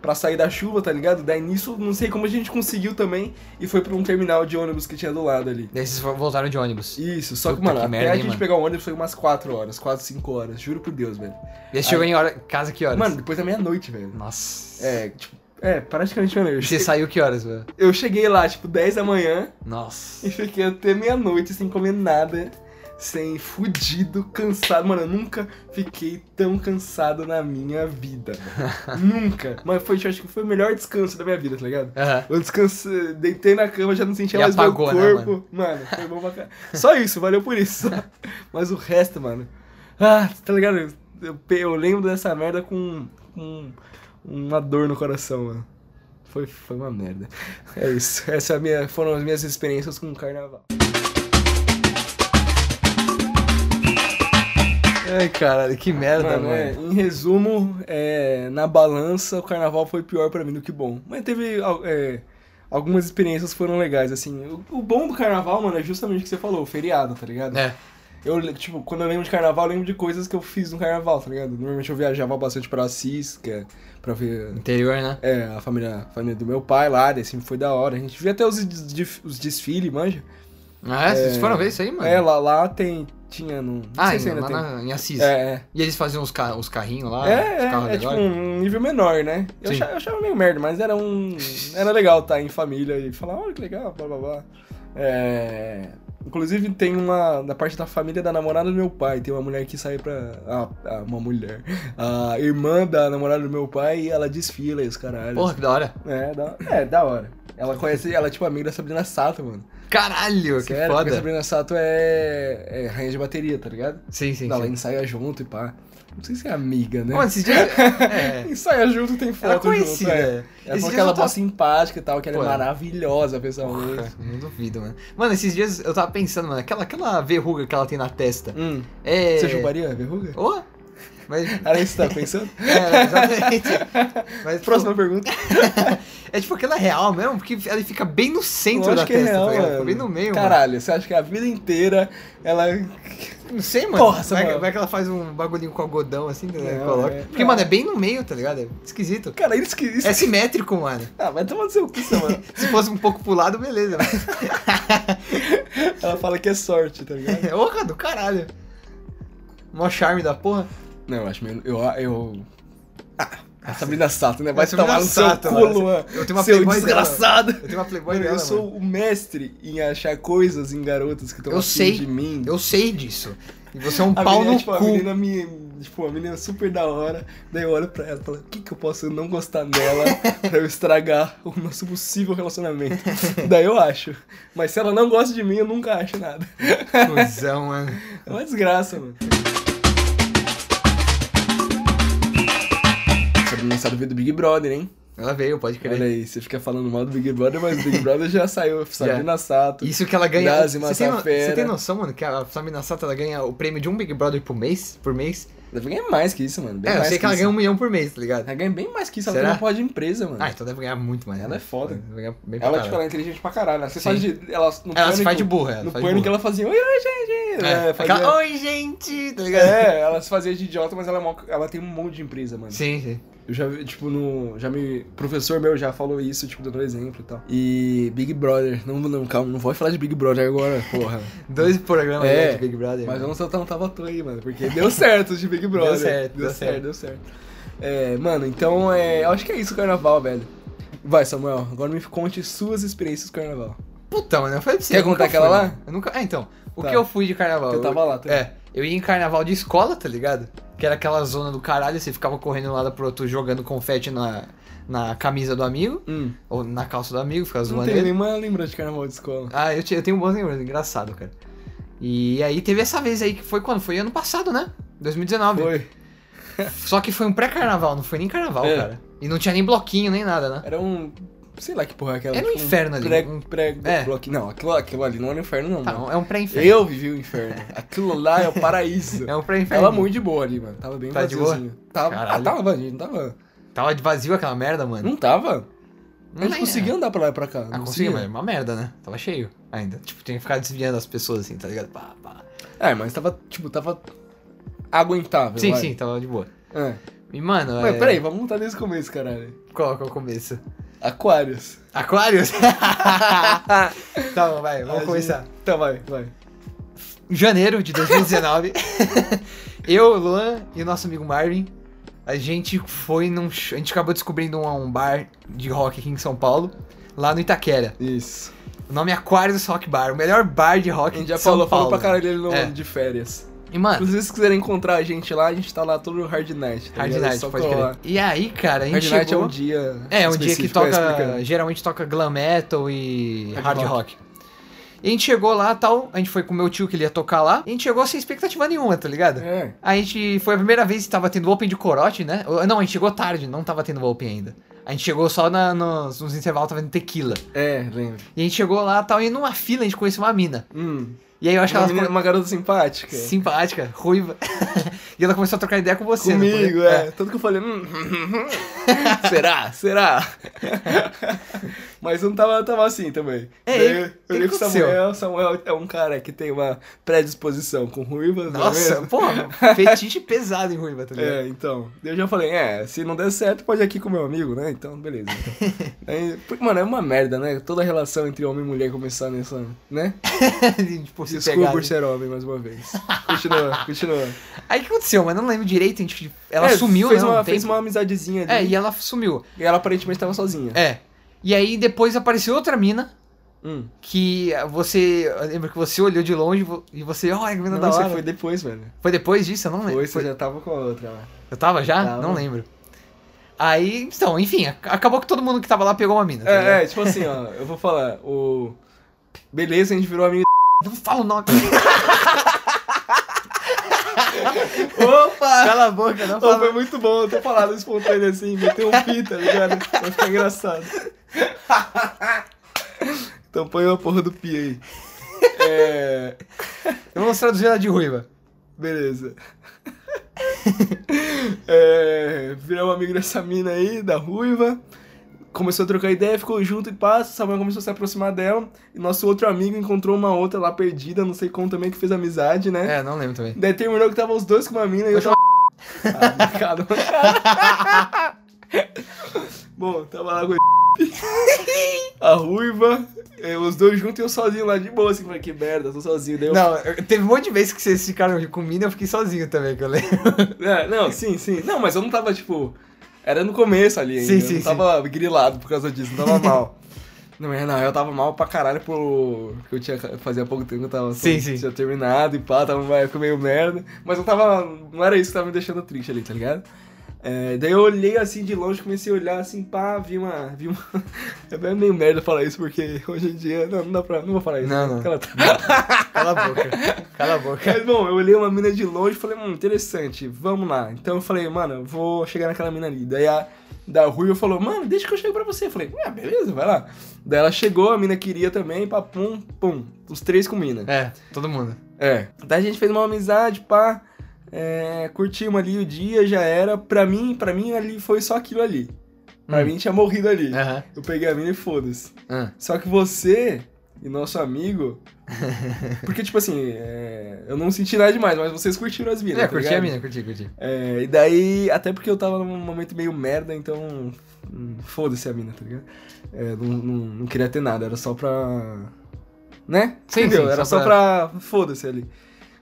Speaker 3: pra sair da chuva, tá ligado? Daí nisso, não sei como a gente conseguiu também, e foi pra um terminal de ônibus que tinha do lado ali.
Speaker 4: Daí vocês voltaram de ônibus. E
Speaker 3: Isso, só que,
Speaker 4: Puta
Speaker 3: mano,
Speaker 4: que
Speaker 3: até
Speaker 4: merda,
Speaker 3: a
Speaker 4: hein,
Speaker 3: gente
Speaker 4: mano.
Speaker 3: pegar o ônibus foi umas 4 horas, 4, 5 horas, juro por Deus, velho.
Speaker 4: aí chegou em hora, casa que horas?
Speaker 3: Mano, depois da meia-noite, velho.
Speaker 4: Nossa.
Speaker 3: É, tipo, É, praticamente uma noite.
Speaker 4: Você saiu que horas, velho?
Speaker 3: Eu cheguei lá, tipo, 10 da manhã
Speaker 4: Nossa.
Speaker 3: e fiquei até meia-noite sem comer nada, sem fudido, cansado. Mano, eu nunca fiquei tão cansado na minha vida. mano. nunca. Mas foi, acho que foi o melhor descanso da minha vida, tá ligado?
Speaker 4: Aham.
Speaker 3: Eu descansei, deitei na cama, já não sentia
Speaker 4: E
Speaker 3: mais
Speaker 4: apagou, né,
Speaker 3: meu corpo. mano? foi bom pra caralho. Só isso, valeu por isso. Mas o resto, mano. Ah, tá ligado? Eu, eu- eu lembro dessa merda com, com uma dor no coração, mano. Foi, foi uma merda. É isso. Essa é a minha, foram as minhas experiências com o carnaval.
Speaker 4: Ai, caralho, que merda,
Speaker 3: Mano, é,
Speaker 4: mano.
Speaker 3: em resumo, é, na balança, o carnaval foi pior pra mim do que bom. Mas teve al- é, algumas experiências que foram legais, assim. O, o bom do carnaval, mano, é justamente o que você falou, o feriado, tá ligado?
Speaker 4: É.
Speaker 3: Eu, le- tipo, quando eu lembro de carnaval, eu lembro de coisas que eu fiz no carnaval, tá ligado? Normalmente eu viajava bastante pra Assis, que é pra ver
Speaker 4: Interior, né?
Speaker 3: é, a família, a família do meu pai lá, daí sempre foi da hora. A gente via até os, des- os desfiles, manja.
Speaker 4: Ah, é? Vocês foram ver isso aí, mano?
Speaker 3: É, lá, lá tem, tinha, não, não
Speaker 4: Ah,
Speaker 3: sei se
Speaker 4: em,
Speaker 3: ainda
Speaker 4: lá
Speaker 3: tem.
Speaker 4: na- em Assis.
Speaker 3: É, é.
Speaker 4: E eles faziam os, ca- os carrinhos lá,
Speaker 3: É,
Speaker 4: os carros
Speaker 3: é, é tipo
Speaker 4: alegóricos?
Speaker 3: um nível menor, né? Eu
Speaker 4: Sim.
Speaker 3: achava, eu achava meio merda, mas era um. Era legal estar em família e falar, olha que legal, blá blá blá. É, Inclusive tem uma. Da parte da família da namorada do meu pai, tem uma mulher que sai pra. Ah, ah, uma mulher. A irmã da namorada do meu pai e ela desfila e os caralhos.
Speaker 4: Porra, que da hora.
Speaker 3: É, da, é, da hora. Ela conhece, ela é tipo amiga da Sabrina Sato, mano.
Speaker 4: Caralho,
Speaker 3: Sério,
Speaker 4: que
Speaker 3: porque a
Speaker 4: foda.
Speaker 3: Sabrina Sato é, é rainha de bateria, tá ligado?
Speaker 4: Sim, sim,
Speaker 3: Ela
Speaker 4: sim.
Speaker 3: ensaia junto e pá. Não sei se é amiga, né?
Speaker 4: Mano, esses dias... É,
Speaker 3: Ensaia junto tem
Speaker 4: ela
Speaker 3: foto junto.
Speaker 4: conhecida.
Speaker 3: É.
Speaker 4: Ela
Speaker 3: Ela falou que ela é mó simpática e tal, que ela
Speaker 4: Pô,
Speaker 3: é
Speaker 4: ela-
Speaker 3: maravilhosa pessoalmente.
Speaker 4: Porra, não duvido, mano. Mano, esses dias eu tava pensando, mano, aquela, aquela verruga que ela tem na testa.
Speaker 3: Hum,
Speaker 4: É.
Speaker 3: Você chuparia a verruga?
Speaker 4: Ô? Mas.
Speaker 3: Era isso que você tá pensando?
Speaker 4: É, exatamente. Mas,
Speaker 3: Próxima pergunta.
Speaker 4: Tipo, é tipo aquela real mesmo, porque ela fica bem no centro
Speaker 3: Eu acho
Speaker 4: da
Speaker 3: que
Speaker 4: testa,
Speaker 3: é real,
Speaker 4: tá ligado? Fica
Speaker 3: mano.
Speaker 4: bem no meio, mano.
Speaker 3: Caralho, você acha que a vida inteira ela.
Speaker 4: Não sei, mano.
Speaker 3: Porra,
Speaker 4: vai, que-
Speaker 3: mano.
Speaker 4: vai que ela faz um bagulhinho com algodão assim, tá ligado?
Speaker 3: Não,
Speaker 4: coloca.
Speaker 3: é-
Speaker 4: Porque,
Speaker 3: não.
Speaker 4: mano, é bem no meio, tá ligado? É esquisito.
Speaker 3: Cara, isso que. Isso...
Speaker 4: É simétrico, mano.
Speaker 3: Ah, vai tomar no seu cu, seu mano.
Speaker 4: Se fosse um pouco pro lado, beleza. né? mas-
Speaker 3: Ela fala que é sorte, tá ligado?
Speaker 4: É Porra do caralho. Mó charme da porra.
Speaker 3: Não, eu acho meio. Eu. eu... Ah, a Sabrina Sato, né? Vai
Speaker 4: Sabrina
Speaker 3: tomar no
Speaker 4: Sato,
Speaker 3: seu cu,
Speaker 4: é mano.
Speaker 3: Luan.
Speaker 4: Eu tenho uma
Speaker 3: seu
Speaker 4: Playboy dela,
Speaker 3: desgraçado.
Speaker 4: Eu tenho uma playboy
Speaker 3: Mano,
Speaker 4: dela,
Speaker 3: eu sou
Speaker 4: mano.
Speaker 3: o mestre em achar coisas em garotas que estão
Speaker 4: Eu sei,
Speaker 3: afim de mim.
Speaker 4: Eu sei disso. E você é um
Speaker 3: A
Speaker 4: pau
Speaker 3: menina,
Speaker 4: no
Speaker 3: tipo,
Speaker 4: cu.
Speaker 3: A menina, me, tipo, a menina super da hora. Daí eu olho pra ela e falo, o que que eu posso não gostar dela pra eu estragar o nosso possível relacionamento? Daí eu acho. Mas se ela não gosta de mim, eu nunca acho nada.
Speaker 4: Cusão, mano.
Speaker 3: É uma desgraça, mano. Sobre mensagem veio do Big Brother, hein?
Speaker 4: Ela veio, pode
Speaker 3: Olha
Speaker 4: crer.
Speaker 3: aí, você fica falando mal do Big Brother, mas o Big Brother já saiu, Sabrina Sato.
Speaker 4: Isso que ela ganha.
Speaker 3: Grazi
Speaker 4: Você tem, no-
Speaker 3: Massafera.
Speaker 4: você tem noção, mano, que a Samina Sato ela ganha o prêmio de um Big Brother por mês? Por mês?
Speaker 3: Deve ganhar mais que isso, mano. Bem
Speaker 4: é, eu
Speaker 3: mais
Speaker 4: sei que ela
Speaker 3: isso.
Speaker 4: ganha um milhão por mês, tá ligado?
Speaker 3: Ela ganha bem mais que isso, ela
Speaker 4: Será?
Speaker 3: tem uma porra de empresa, mano.
Speaker 4: Ah, então deve ganhar muito mais.
Speaker 3: Ela
Speaker 4: né?
Speaker 3: é foda.
Speaker 4: Deve ganhar bem pra
Speaker 3: Ela,
Speaker 4: caralho.
Speaker 3: tipo, ela é inteligente pra caralho. Ela se
Speaker 4: Sim.
Speaker 3: faz de. Ela, no
Speaker 4: Ela se
Speaker 3: pânico-
Speaker 4: faz de burra. Ela
Speaker 3: No
Speaker 4: faz de
Speaker 3: pânico
Speaker 4: burra.
Speaker 3: ela fazia. Oi, oi, gente! É, fazia-
Speaker 4: Aquela, Oi, gente! Tá ligado?
Speaker 3: É, ela se fazia de idiota, mas ela, é mó- ela tem um monte de empresa, mano.
Speaker 4: Sim, sim.
Speaker 3: Eu já vi, tipo, no. Já me. Professor meu já falou isso, tipo, dando exemplo e tal. E Big Brother. Não, não, calma, não vou falar de Big Brother agora, porra.
Speaker 4: Dois programas
Speaker 3: É,
Speaker 4: já de Big Brother.
Speaker 3: Mas eu
Speaker 4: mano.
Speaker 3: não soltar um tava à toa aí, mano, porque deu certo de Big Brother.
Speaker 4: certo,
Speaker 3: deu
Speaker 4: né? deu
Speaker 3: certo, deu certo. É, mano, então é, eu acho que é isso o carnaval, velho. Vai, Samuel, agora me conte suas experiências com o carnaval.
Speaker 4: Puta, mano, eu falei pra você.
Speaker 3: Quer
Speaker 4: eu nunca
Speaker 3: contar aquela
Speaker 4: fui,
Speaker 3: lá?
Speaker 4: mano. Eu nunca... Ah, então. O
Speaker 3: Tá.
Speaker 4: que eu fui de carnaval?
Speaker 3: Porque eu tava lá tá? também.
Speaker 4: É, eu ia em carnaval de escola, tá ligado? Que era aquela zona do caralho, você ficava correndo de um lado pro outro, jogando confete na, na camisa do amigo,
Speaker 3: Hum,
Speaker 4: ou na calça do amigo, ficava
Speaker 3: não
Speaker 4: zoando
Speaker 3: tenho
Speaker 4: ele.
Speaker 3: nenhuma lembrança de carnaval de escola.
Speaker 4: Ah, eu, te- eu tenho boas lembranças, engraçado, cara. E aí teve essa vez aí que foi quando? Foi ano passado, né? 2019.
Speaker 3: Foi.
Speaker 4: Só que foi um pré-carnaval, não foi nem carnaval,
Speaker 3: É.
Speaker 4: cara. E não tinha nem bloquinho, nem nada, né?
Speaker 3: Era um. Sei lá que porra é aquela.
Speaker 4: Era um
Speaker 3: tipo,
Speaker 4: inferno ali,
Speaker 3: Pré,
Speaker 4: um-
Speaker 3: pré,
Speaker 4: é.
Speaker 3: bloco- Não, aquilo, aquilo ali não era um inferno, não.
Speaker 4: Tá,
Speaker 3: mano.
Speaker 4: é um pré-inferno.
Speaker 3: Eu vivi o inferno. Aquilo lá é o paraíso.
Speaker 4: É um pré-inferno.
Speaker 3: Tava muito de boa ali, mano. Tava bem
Speaker 4: Tá de boa?
Speaker 3: vaziozinho. Tava, ah,
Speaker 4: Caralho.
Speaker 3: tava, gente, não tava.
Speaker 4: Tava de vazio aquela merda, mano.
Speaker 3: Não tava? a gente
Speaker 4: lembro.
Speaker 3: conseguia andar pra lá e pra cá.
Speaker 4: é. Ah,
Speaker 3: não
Speaker 4: conseguia,
Speaker 3: conseguia?
Speaker 4: mas é uma merda, né? Tava cheio ainda. Tipo, tinha que ficar desviando as pessoas assim, tá ligado? Pá, pá.
Speaker 3: É, mas tava, tipo, tava aguentável.
Speaker 4: Sim,
Speaker 3: vai.
Speaker 4: sim, tava de boa.
Speaker 3: É.
Speaker 4: E, mano,
Speaker 3: Mas
Speaker 4: é...
Speaker 3: peraí, vamos montar desde o começo, caralho.
Speaker 4: Qual que é o começo?
Speaker 3: Aquários.
Speaker 4: Aquários? tá bom, vai,
Speaker 3: A
Speaker 4: vamos
Speaker 3: gente-
Speaker 4: começar.
Speaker 3: Tá, vai, vai.
Speaker 4: Janeiro de 2019, eu, Luan e o nosso amigo Marvin A gente foi num. sh- A gente acabou descobrindo um, um bar de rock aqui em São Paulo, lá no Itaquera.
Speaker 3: Isso.
Speaker 4: O nome é Aquarius Rock Bar, o melhor bar de
Speaker 3: A
Speaker 4: rock
Speaker 3: gente já
Speaker 4: de São
Speaker 3: falou,
Speaker 4: Paulo.
Speaker 3: falou pra caralho dele no
Speaker 4: É.
Speaker 3: de férias.
Speaker 4: E, mano,
Speaker 3: Inclusive, se quiserem encontrar a gente lá, a gente tá lá todo Hard Night. Tá
Speaker 4: Hard
Speaker 3: ligado? É
Speaker 4: Night,
Speaker 3: só
Speaker 4: pode
Speaker 3: colar.
Speaker 4: crer. E aí, cara, a gente
Speaker 3: Hard Night é
Speaker 4: chegou...
Speaker 3: um dia.
Speaker 4: É, um dia que
Speaker 3: específico, vai
Speaker 4: toca.
Speaker 3: explicando.
Speaker 4: Geralmente toca glam metal e
Speaker 3: Hard
Speaker 4: hard rock.
Speaker 3: rock.
Speaker 4: E a gente chegou lá tal, a gente foi com o meu tio que ele ia tocar lá, e a gente chegou sem expectativa nenhuma, tá ligado?
Speaker 3: É.
Speaker 4: A gente foi a primeira vez que tava tendo open de corote, né? Ou- Não, a gente chegou tarde, não tava tendo open ainda. A gente chegou só na- nos, nos intervalos, tava tendo tequila.
Speaker 3: É, lembro.
Speaker 4: E a gente chegou lá tal, e numa fila a gente conheceu uma mina.
Speaker 3: Hum.
Speaker 4: E aí eu acho que
Speaker 3: uma,
Speaker 4: ela
Speaker 3: menina-
Speaker 4: ficou
Speaker 3: uma garota simpática.
Speaker 4: simpática, ruiva. e ela começou a trocar ideia com você, né?
Speaker 3: Comigo, é. Tanto que eu falei, hum, será? Será? Mas não tava, tava assim também.
Speaker 4: É,
Speaker 3: Daí
Speaker 4: e-
Speaker 3: eu,
Speaker 4: e
Speaker 3: eu olhei
Speaker 4: que
Speaker 3: pro
Speaker 4: aconteceu?
Speaker 3: Samuel, Samuel é um cara que tem uma predisposição com ruivas, não é
Speaker 4: Nossa,
Speaker 3: mesmo?
Speaker 4: porra, fetiche pesado em ruiva, tá ligado?
Speaker 3: É, então. Daí Eu já falei, é, se não der certo, pode ir aqui com meu amigo, né? Então, beleza. Aí, porque, mano, é uma merda, né? Toda relação entre homem e mulher começar nessa, né?
Speaker 4: tipo, se
Speaker 3: Desculpa
Speaker 4: pegar,
Speaker 3: por
Speaker 4: né?
Speaker 3: ser homem mais uma vez. Continua, continua.
Speaker 4: Aí o que aconteceu, mas eu não lembro direito, a gente, ela
Speaker 3: É,
Speaker 4: sumiu,
Speaker 3: fez
Speaker 4: né? um
Speaker 3: Uma, fez
Speaker 4: tempo.
Speaker 3: uma amizadezinha ali.
Speaker 4: É, e ela sumiu.
Speaker 3: E ela aparentemente tava sozinha.
Speaker 4: É. E aí depois apareceu outra mina
Speaker 3: Hum.
Speaker 4: que ah, você. eu Lembro que você olhou de longe vo- e você, olha que mina
Speaker 3: Não,
Speaker 4: da
Speaker 3: você
Speaker 4: hora.
Speaker 3: foi
Speaker 4: Foi...
Speaker 3: depois, velho.
Speaker 4: depois disso? Eu não lembro.
Speaker 3: Foi, você já tava com a outra lá.
Speaker 4: Eu tava já?
Speaker 3: Tava.
Speaker 4: Não lembro. Aí, então, enfim, ac- acabou que todo mundo que tava lá pegou uma mina. tá ligado?
Speaker 3: É, é, tipo assim, ó, eu vou falar, o. Beleza, a gente virou amigo.
Speaker 4: Não fala o nome.
Speaker 3: Opa!
Speaker 4: Cala a boca, não
Speaker 3: Ô,
Speaker 4: fala.
Speaker 3: foi muito bom, eu tô falando espontâneo assim, meteu um pi, tá ligado? Vai ficar engraçado. Então põe uma porra do pi aí. É.
Speaker 4: Eu vou traduzir ela de ruiva.
Speaker 3: Beleza. é, viramos amigo dessa mina aí, da ruiva. Começou a trocar ideia, ficou junto e passa. Samuel começou a se aproximar dela. E nosso outro amigo encontrou uma outra lá perdida, não sei como também, que fez amizade, né?
Speaker 4: É, não lembro também.
Speaker 3: Daí terminou que tava os dois com uma mina e eu tava. ah, brincado. Bom, tava lá com a ruiva, eh, os dois juntos e eu sozinho lá de boa, assim, falei, que merda, tô sozinho. Daí eu
Speaker 4: Não, eu- teve um monte de vezes que vocês ficaram com mina e eu fiquei sozinho também, que eu lembro.
Speaker 3: É, não, sim, sim. Não, mas eu não tava, tipo. Era no começo ali ainda.
Speaker 4: Sim,
Speaker 3: eu
Speaker 4: sim,
Speaker 3: não tava grilado por causa disso, não tava mal. Não, é, não, eu tava mal pra caralho por. Porque eu tinha. Fazia pouco tempo que eu tava. assim,
Speaker 4: Sim, sim.
Speaker 3: Tinha terminado e pá, tava numa época meio merda. Mas eu tava. Não era isso que tava me deixando triste ali, tá ligado? É, daí eu olhei assim de longe, comecei a olhar assim, pá, vi uma. Vi uma... É meio merda falar isso, porque hoje em dia. Não, não dá pra. Não vou falar isso.
Speaker 4: Não, não.
Speaker 3: porque Ela tá...
Speaker 4: Cala a boca. Cala a boca.
Speaker 3: Mas, bom, eu olhei uma mina de longe e falei, hum, interessante, vamos lá. Então eu falei, mano, eu vou chegar naquela mina ali. Daí a da Ruiva falou, mano, deixa que eu chego pra você. Eu falei, ah, beleza, vai lá. Daí ela chegou, a mina queria também, pá, pum, pum. Os três com mina.
Speaker 4: É, todo mundo.
Speaker 3: É. Daí a gente fez uma amizade, pá. É, curtimos ali o dia, já era. Pra mim, pra mim ali foi só aquilo ali. Pra
Speaker 4: Hum.
Speaker 3: mim tinha morrido ali.
Speaker 4: Aham.
Speaker 3: Eu peguei a mina e foda-se.
Speaker 4: Ah.
Speaker 3: Só que você e nosso amigo. Porque, tipo assim, é, eu não senti nada demais, mas vocês curtiram as minas.
Speaker 4: É,
Speaker 3: tá
Speaker 4: curti
Speaker 3: ligado?
Speaker 4: a mina, curti, curti.
Speaker 3: É, e daí, até porque eu tava num momento meio merda, então. hum, Foda-se a mina, tá ligado? É, não, não, não queria ter nada, era só pra. Né?
Speaker 4: Sim,
Speaker 3: Entendeu?
Speaker 4: sim,
Speaker 3: era
Speaker 4: só
Speaker 3: só pra. Foda-se ali.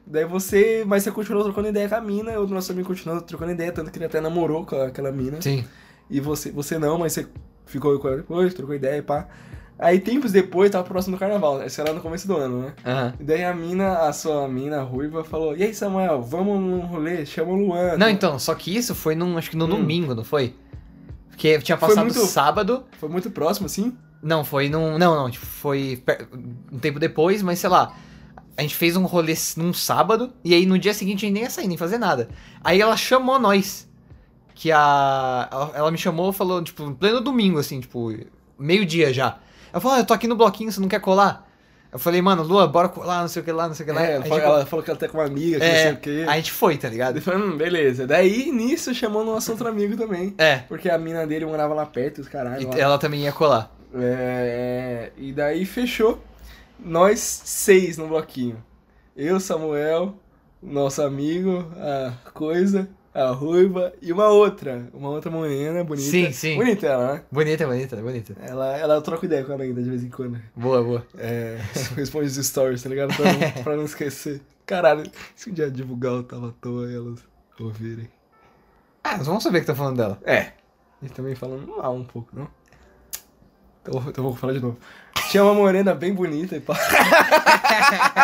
Speaker 3: Daí você. Mas você continuou trocando ideia com a mina, o nosso amigo continuou trocando ideia, tanto que ele até namorou com aquela mina.
Speaker 4: Sim.
Speaker 3: E você, você não, mas você ficou com ela depois, trocou ideia e pá. Aí tempos depois, tava próximo do carnaval, isso era no começo do ano, né?
Speaker 4: Aham.
Speaker 3: E daí a mina, a sua mina ruiva, falou: E aí, Samuel, vamos num rolê? Chama o Luan.
Speaker 4: Não, então, só que isso foi num, acho que no
Speaker 3: Hum.
Speaker 4: domingo, não foi? Porque tinha
Speaker 3: Foi
Speaker 4: passado
Speaker 3: muito-
Speaker 4: sábado.
Speaker 3: Foi muito próximo, assim?
Speaker 4: Não, foi num. Não, não, tipo, foi per- um tempo depois, mas sei lá. A gente fez um rolê s- num sábado, e aí no dia seguinte a gente nem ia sair, nem fazer nada. Aí ela chamou nós. Que a. Ela, ela me chamou falou, tipo, em pleno domingo, assim, tipo, meio-dia já. Ela falou, ah, eu tô aqui no bloquinho, você não quer colar? Eu falei, mano, Lua, bora colar, não sei o que lá, não sei o que lá. tipo,
Speaker 3: É,
Speaker 4: a, gente,
Speaker 3: ela, ela falou que ela tá com uma amiga, que
Speaker 4: É,
Speaker 3: não sei o quê.
Speaker 4: a gente foi, tá
Speaker 3: Daí
Speaker 4: ligado?
Speaker 3: eu falei, hum, beleza. Daí, nisso, chamou nosso outro amigo também.
Speaker 4: É.
Speaker 3: Porque a mina dele morava lá perto, os caralho. lá.
Speaker 4: E ela também ia colar.
Speaker 3: É, e daí fechou. Nós seis no bloquinho. Eu, Samuel, nosso amigo, a coisa, a ruiva e uma outra. Uma outra morena bonita.
Speaker 4: Sim, sim.
Speaker 3: Bonita ela, né?
Speaker 4: Bonita, bonita, bonita.
Speaker 3: Ela, ela troca ideia com ela ainda de vez em quando.
Speaker 4: Boa, boa.
Speaker 3: É, responde os stories, tá ligado? Pra não, pra não esquecer. Caralho, se um dia divulgar eu tava à toa e elas ouvirem.
Speaker 4: Ah, nós vamos saber que tá falando dela.
Speaker 3: É. E também falando mal um pouco, não? Então, eu vou falar de novo. Tinha uma morena bem bonita e pá.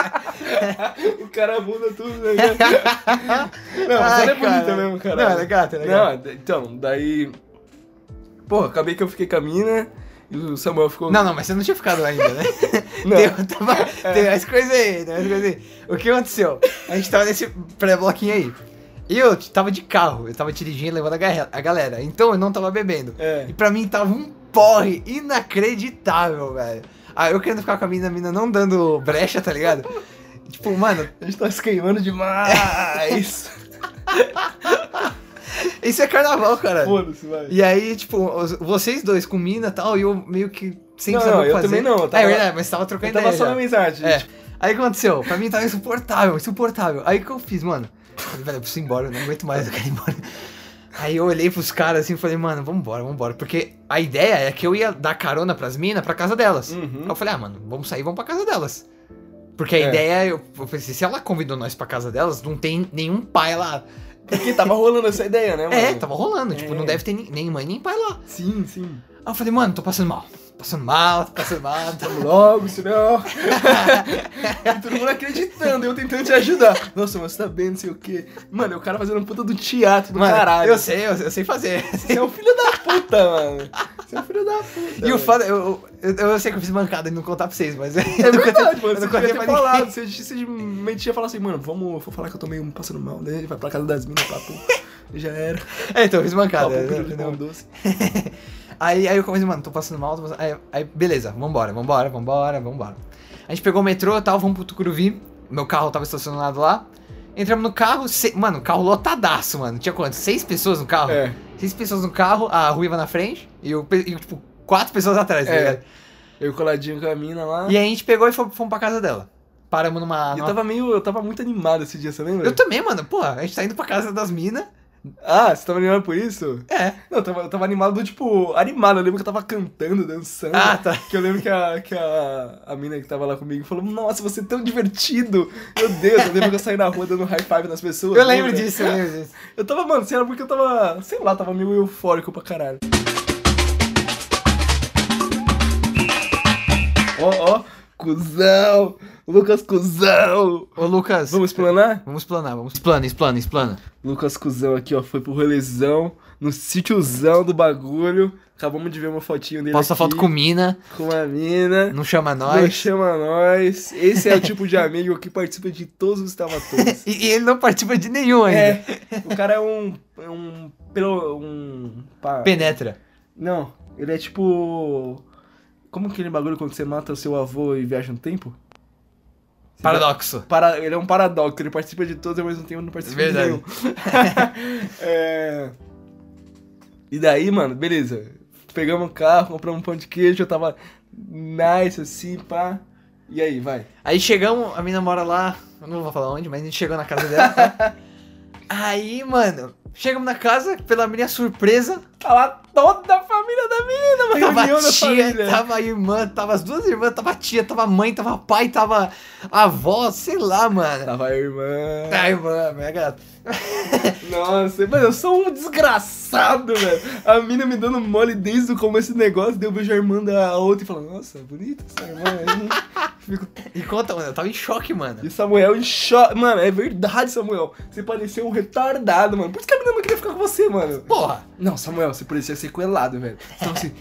Speaker 3: o cara muda tudo, né? cara? Não, mas
Speaker 4: Ai,
Speaker 3: ela é bonita
Speaker 4: cara.
Speaker 3: mesmo, cara.
Speaker 4: Não, ela é gata, ela é gata.
Speaker 3: Não, então, daí. Pô, acabei que eu fiquei com a mina e o Samuel ficou.
Speaker 4: Não, não, mas você não tinha ficado ainda, né?
Speaker 3: é Não. É.
Speaker 4: Deu, tava, Tem as coisas aí, tem as coisas aí. O que aconteceu? A gente tava nesse pré-bloquinho aí. E eu tava de carro, eu tava dirigindo levando a, garre- a galera. Então eu não tava bebendo.
Speaker 3: É.
Speaker 4: E pra mim tava um porre inacreditável, velho. Ah, eu querendo ficar com a mina, a mina não dando brecha, tá ligado? tipo, mano,
Speaker 3: A gente tá se queimando demais.
Speaker 4: isso é carnaval, cara.
Speaker 3: Foda-se, vai.
Speaker 4: E aí, tipo, os- vocês dois com mina e tal, e eu meio que sem
Speaker 3: Não,
Speaker 4: saber
Speaker 3: não,
Speaker 4: o que
Speaker 3: eu
Speaker 4: fazer.
Speaker 3: também não, eu tava-
Speaker 4: é verdade, mas tava trocando
Speaker 3: Eu tava
Speaker 4: ideia
Speaker 3: só
Speaker 4: já.
Speaker 3: na amizade.
Speaker 4: É. Aí o que aconteceu? Pra mim tava insuportável, insuportável. Aí o que eu fiz, mano? Eu Falei, velho, eu preciso ir embora, eu não aguento mais, eu quero ir embora. Aí eu olhei pros caras assim e falei, mano, vambora, vambora. Porque a ideia é que eu ia dar carona pras minas pra casa delas.
Speaker 3: Uhum.
Speaker 4: Aí eu falei, ah, mano, vamos sair, vamos pra casa delas. Porque a
Speaker 3: É.
Speaker 4: ideia, eu, eu pensei, se ela convidou nós pra casa delas, não tem nenhum pai lá.
Speaker 3: Porque tava rolando essa ideia, né, mano?
Speaker 4: É, tava rolando, tipo,
Speaker 3: É.
Speaker 4: não deve ter ni- nem mãe nem pai lá.
Speaker 3: Sim, sim.
Speaker 4: Aí eu falei, mano, tô passando mal. Tô Passando mal, tô passando mal. Tô...
Speaker 3: Logo, senão. E Todo mundo acreditando, eu tentando te ajudar. Nossa, mas você tá bem, não sei o quê. Mano, é o cara fazendo um puta do teatro do
Speaker 4: Mano,
Speaker 3: caralho.
Speaker 4: eu sei, eu, eu sei fazer.
Speaker 3: Você é um filho da puta, mano. Você é um filho da puta.
Speaker 4: E o
Speaker 3: mano.
Speaker 4: foda, eu, eu, eu sei que eu fiz mancada e não contar pra vocês, mas.
Speaker 3: É verdade, mano.
Speaker 4: eu
Speaker 3: Você devia
Speaker 4: não contei
Speaker 3: ter
Speaker 4: pra ninguém.
Speaker 3: falado. Você, você mentia e falava assim, mano, vamos, vou falar que eu tô meio passando mal. Daí ele vai pra casa das minas, papo. Já era.
Speaker 4: É, então eu fiz mancada.
Speaker 3: Papo,
Speaker 4: né?
Speaker 3: de pão doce.
Speaker 4: Aí, aí eu comecei, mano, tô passando mal, tô passando. Aí, aí, beleza, vambora, vambora, vambora, vambora. A gente pegou o metrô e tal, vamos pro Tucuruvi. Meu carro tava estacionado lá. Entramos no carro, se- mano, carro lotadaço, mano. Tinha quanto? Seis pessoas no carro?
Speaker 3: É.
Speaker 4: Seis pessoas no carro, a ruiva na frente e, eu, pe- e tipo, quatro pessoas atrás, tá
Speaker 3: É.
Speaker 4: ligado?
Speaker 3: Eu coladinho com a mina lá.
Speaker 4: E aí a gente pegou e fomos, fomos pra casa dela. Paramos
Speaker 3: E
Speaker 4: numa.
Speaker 3: eu
Speaker 4: numa-
Speaker 3: tava meio. Eu tava muito animado esse dia, você lembra?
Speaker 4: eu também, mano, porra, a gente tá indo pra casa das minas.
Speaker 3: Ah, você tava animado por isso?
Speaker 4: É.
Speaker 3: Não, eu tava, eu tava animado, tipo, animado. Eu lembro que eu tava cantando, dançando.
Speaker 4: Ah, tá.
Speaker 3: Que eu lembro que a, que a, a mina que tava lá comigo falou: Nossa, você é tão divertido. Meu Deus, eu lembro que eu saí na rua dando high five nas pessoas.
Speaker 4: Eu lembro
Speaker 3: lembra?
Speaker 4: disso, eu lembro disso.
Speaker 3: Eu tava, mano, sei lá, porque eu tava, sei lá, tava meio eufórico pra caralho. Ó, ó, cuzão, Lucas cuzão.
Speaker 4: Ô, Lucas.
Speaker 3: Vamos explanar?
Speaker 4: Vamos explanar, vamos. Explana, explana, explana.
Speaker 3: Lucas cuzão aqui, ó, foi pro rolezão, no sítiozão do bagulho. Acabamos de ver uma fotinho dele
Speaker 4: Posta
Speaker 3: aqui,
Speaker 4: foto com mina,
Speaker 3: com a mina.
Speaker 4: não chama
Speaker 3: Não
Speaker 4: nós.
Speaker 3: chama nós. Esse é o tipo de amigo que participa de todos os tabatões.
Speaker 4: E, e ele não participa de nenhum ainda.
Speaker 3: É, o cara é um. É um. Pelo. Um. pá-
Speaker 4: Penetra.
Speaker 3: Não, ele é tipo. Como aquele bagulho quando você mata o seu avô e viaja no tempo?
Speaker 4: Paradoxo.
Speaker 3: Para, ele é um paradoxo, ele participa de todos, mas não tem não participa
Speaker 4: Verdade.
Speaker 3: de nenhum. É, E daí, mano, beleza. Pegamos o carro, compramos um pão de queijo, eu tava nice assim, pá. E aí, vai.
Speaker 4: Aí chegamos, a mina mora lá, eu não vou falar onde, mas a gente chegou na casa dela. tá? Aí, mano, chegamos na casa, pela minha surpresa,
Speaker 3: Tá lá toda a família da menina, mano.
Speaker 4: tava
Speaker 3: Reunião
Speaker 4: a
Speaker 3: da
Speaker 4: tia,
Speaker 3: família.
Speaker 4: tava a irmã, tava as duas irmãs, tava a tia, tava a mãe, tava a pai, tava a avó, sei lá, mano. Tá,
Speaker 3: Tava a irmã.
Speaker 4: Ai, mano, minha gata.
Speaker 3: Nossa, mano, eu sou um desgraçado, velho. A mina me dando mole desde o começo do negócio, deu beijo a irmã da outra e falando, nossa, bonita essa irmã aí. Fico...
Speaker 4: E conta, mano, eu tava em choque, mano.
Speaker 3: E Samuel em choque. Mano, é verdade, Samuel. Você parecia um retardado, mano. Por isso que a menina não queria ficar com você, mano.
Speaker 4: Porra!
Speaker 3: Não, Samuel, você parecia sequelado, velho. Você tava assim.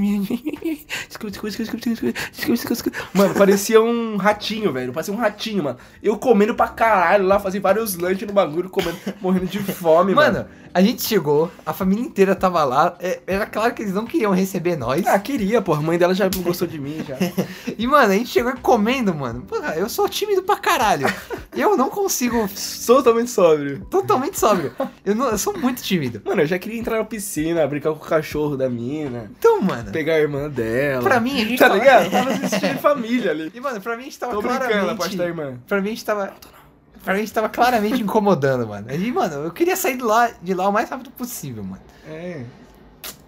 Speaker 3: Desculpa, desculpa, desculpa, desculpa, desculpa, desculpa, desculpa. Mano, parecia um ratinho, velho. Parecia um ratinho, mano. Eu comendo pra caralho lá, fazia vários lanches no bagulho, comendo, morrendo de fome, mano.
Speaker 4: Mano, a gente chegou, a família inteira tava lá, é- era claro que eles não queriam receber nós.
Speaker 3: Ah, queria, pô. A mãe dela já gostou de mim, já.
Speaker 4: E, mano, a gente chegou comendo, mano. Porra, eu sou tímido pra caralho. Eu não consigo,
Speaker 3: Sou totalmente sóbrio.
Speaker 4: totalmente sóbrio. Eu, não- eu sou muito tímido.
Speaker 3: Mano, eu já queria entrar na piscina, brincar com o cachorro da mina,
Speaker 4: Então, mano,
Speaker 3: pegar a irmã dela.
Speaker 4: pra mim a gente
Speaker 3: Tá
Speaker 4: tava...
Speaker 3: ligado? Tava assistindo de família ali.
Speaker 4: E, mano, pra mim a gente tava
Speaker 3: Tô brincando, a
Speaker 4: claramente...
Speaker 3: parte da irmã.
Speaker 4: Pra mim a gente tava... Pra mim a gente tava claramente incomodando, mano. E, mano, eu queria sair de lá, de lá o mais rápido possível, mano.
Speaker 3: É.